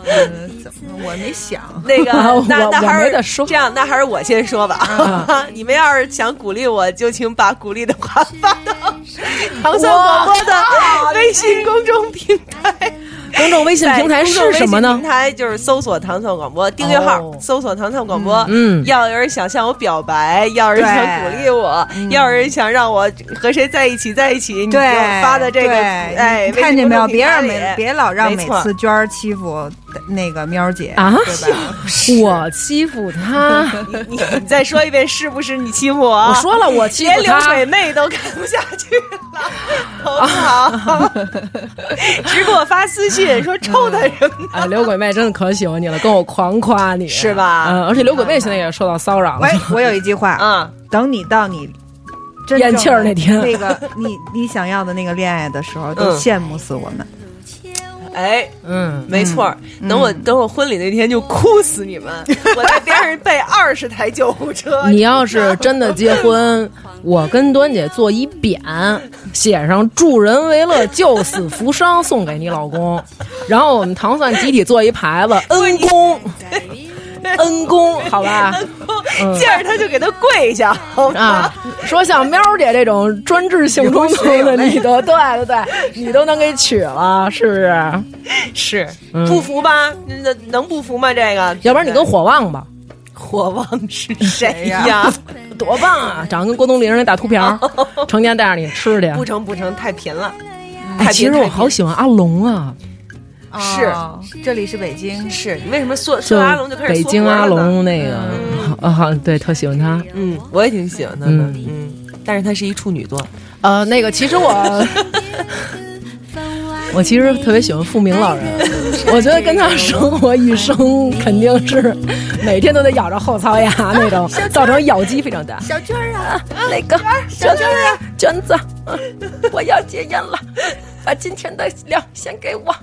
嗯，怎么我没想？
那个
*laughs* 我，
那那
我
还
没
是
得说嗯
这样，那还是我先说吧。 *laughs* 你们要是想鼓励我，就请把鼓励的话发到糖蒜广播的微信公众平台。
公众微信平台是什
在公众微信
么呢
平？台就是搜索“糖蒜广播”订阅号，
哦
搜索“糖蒜广播”
嗯嗯
要有人想向我表白，要有人想
对
鼓励我，要有人想让我和谁在一起在一起，你就
对，
发的这个，
对
哎，
看见没有？别让
微信公众平
每
台里
别老让
没
每
错
次娟儿欺负那个喵儿姐
啊
对吧？
我欺负他，
*laughs* 你你再说一遍，是不是你欺负我？我
我说了，我欺
连
负
刘
他。
美妹都看不下去了，好不好？直给我发私信说抽他什么
啊，刘鬼妹真的可喜欢你了，跟我狂夸你，
是吧
嗯，而且刘鬼妹现在也受到骚扰了
喂。，哎我有一句话
的，啊？
嗯
等你到你真正
咽气儿那天
那个你你想要的那个恋爱的时候，都
嗯
羡慕死我们。
哎，
嗯，
没错儿，等我等我婚礼那天就哭死你
*laughs*
们！我在边上备二十台救护车。
你要是真的结婚，我跟端姐做一匾，写上“助人为乐，救死扶伤”，送给你老公。然后我
*laughs*
们糖蒜集体做一牌子，恩公，恩公，好吧？
见着他就给他跪下， *laughs* 好吗？
啊，说像喵姐这种专治性冲突的，你都对对对，你都能给娶了，是不是？
*laughs* 是
嗯
不服吧？那能不服吗？这个，
要不然你跟火旺吧，
火旺是谁呀？
多棒啊！长得跟郭冬临那大秃瓢儿，成天带着你吃去。
*laughs* 不成不成，太贫了。
哎，
太
其
贫
实我好喜欢阿龙啊，
哦这里是北京，
是你为什么说
就
说阿龙就开始
北
缩
京
脖
阿
了呢
龙那个，啊好，对，特喜欢他。
嗯，我也挺喜欢他的，嗯，但是他是一处女座，
呃，那个其实我。我其实特别喜欢富明老人，我觉得跟他生活一生肯定是每天都得咬着后槽牙
啊
那种，造成咬肌非常大。
小娟儿啊，那个小娟儿啊，娟子，我要戒烟了，把今天的料先给我。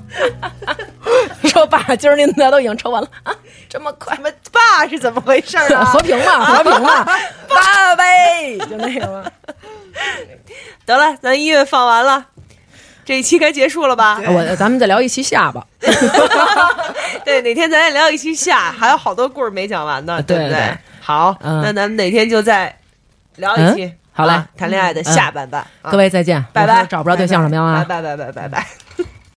*laughs* 说爸，今儿您的都已经抽完了啊，这么快？
爸是怎么回事啊
和平吧，和平
*laughs*
吧，爸呗，就那个吧。
得了，咱音乐放完了，这一期该结束了吧？
哎我咱们再聊一期下巴，
*laughs* 对，哪天咱也聊一期下，还有好多故事没讲完呢，
对
不
对对
对？好，
嗯
那咱们哪天就再聊一期
嗯。好嘞
啊谈恋爱的下半半，啊
各位再见。
拜
我
拜
是。找不着对象什么样啊？
拜拜拜拜拜拜。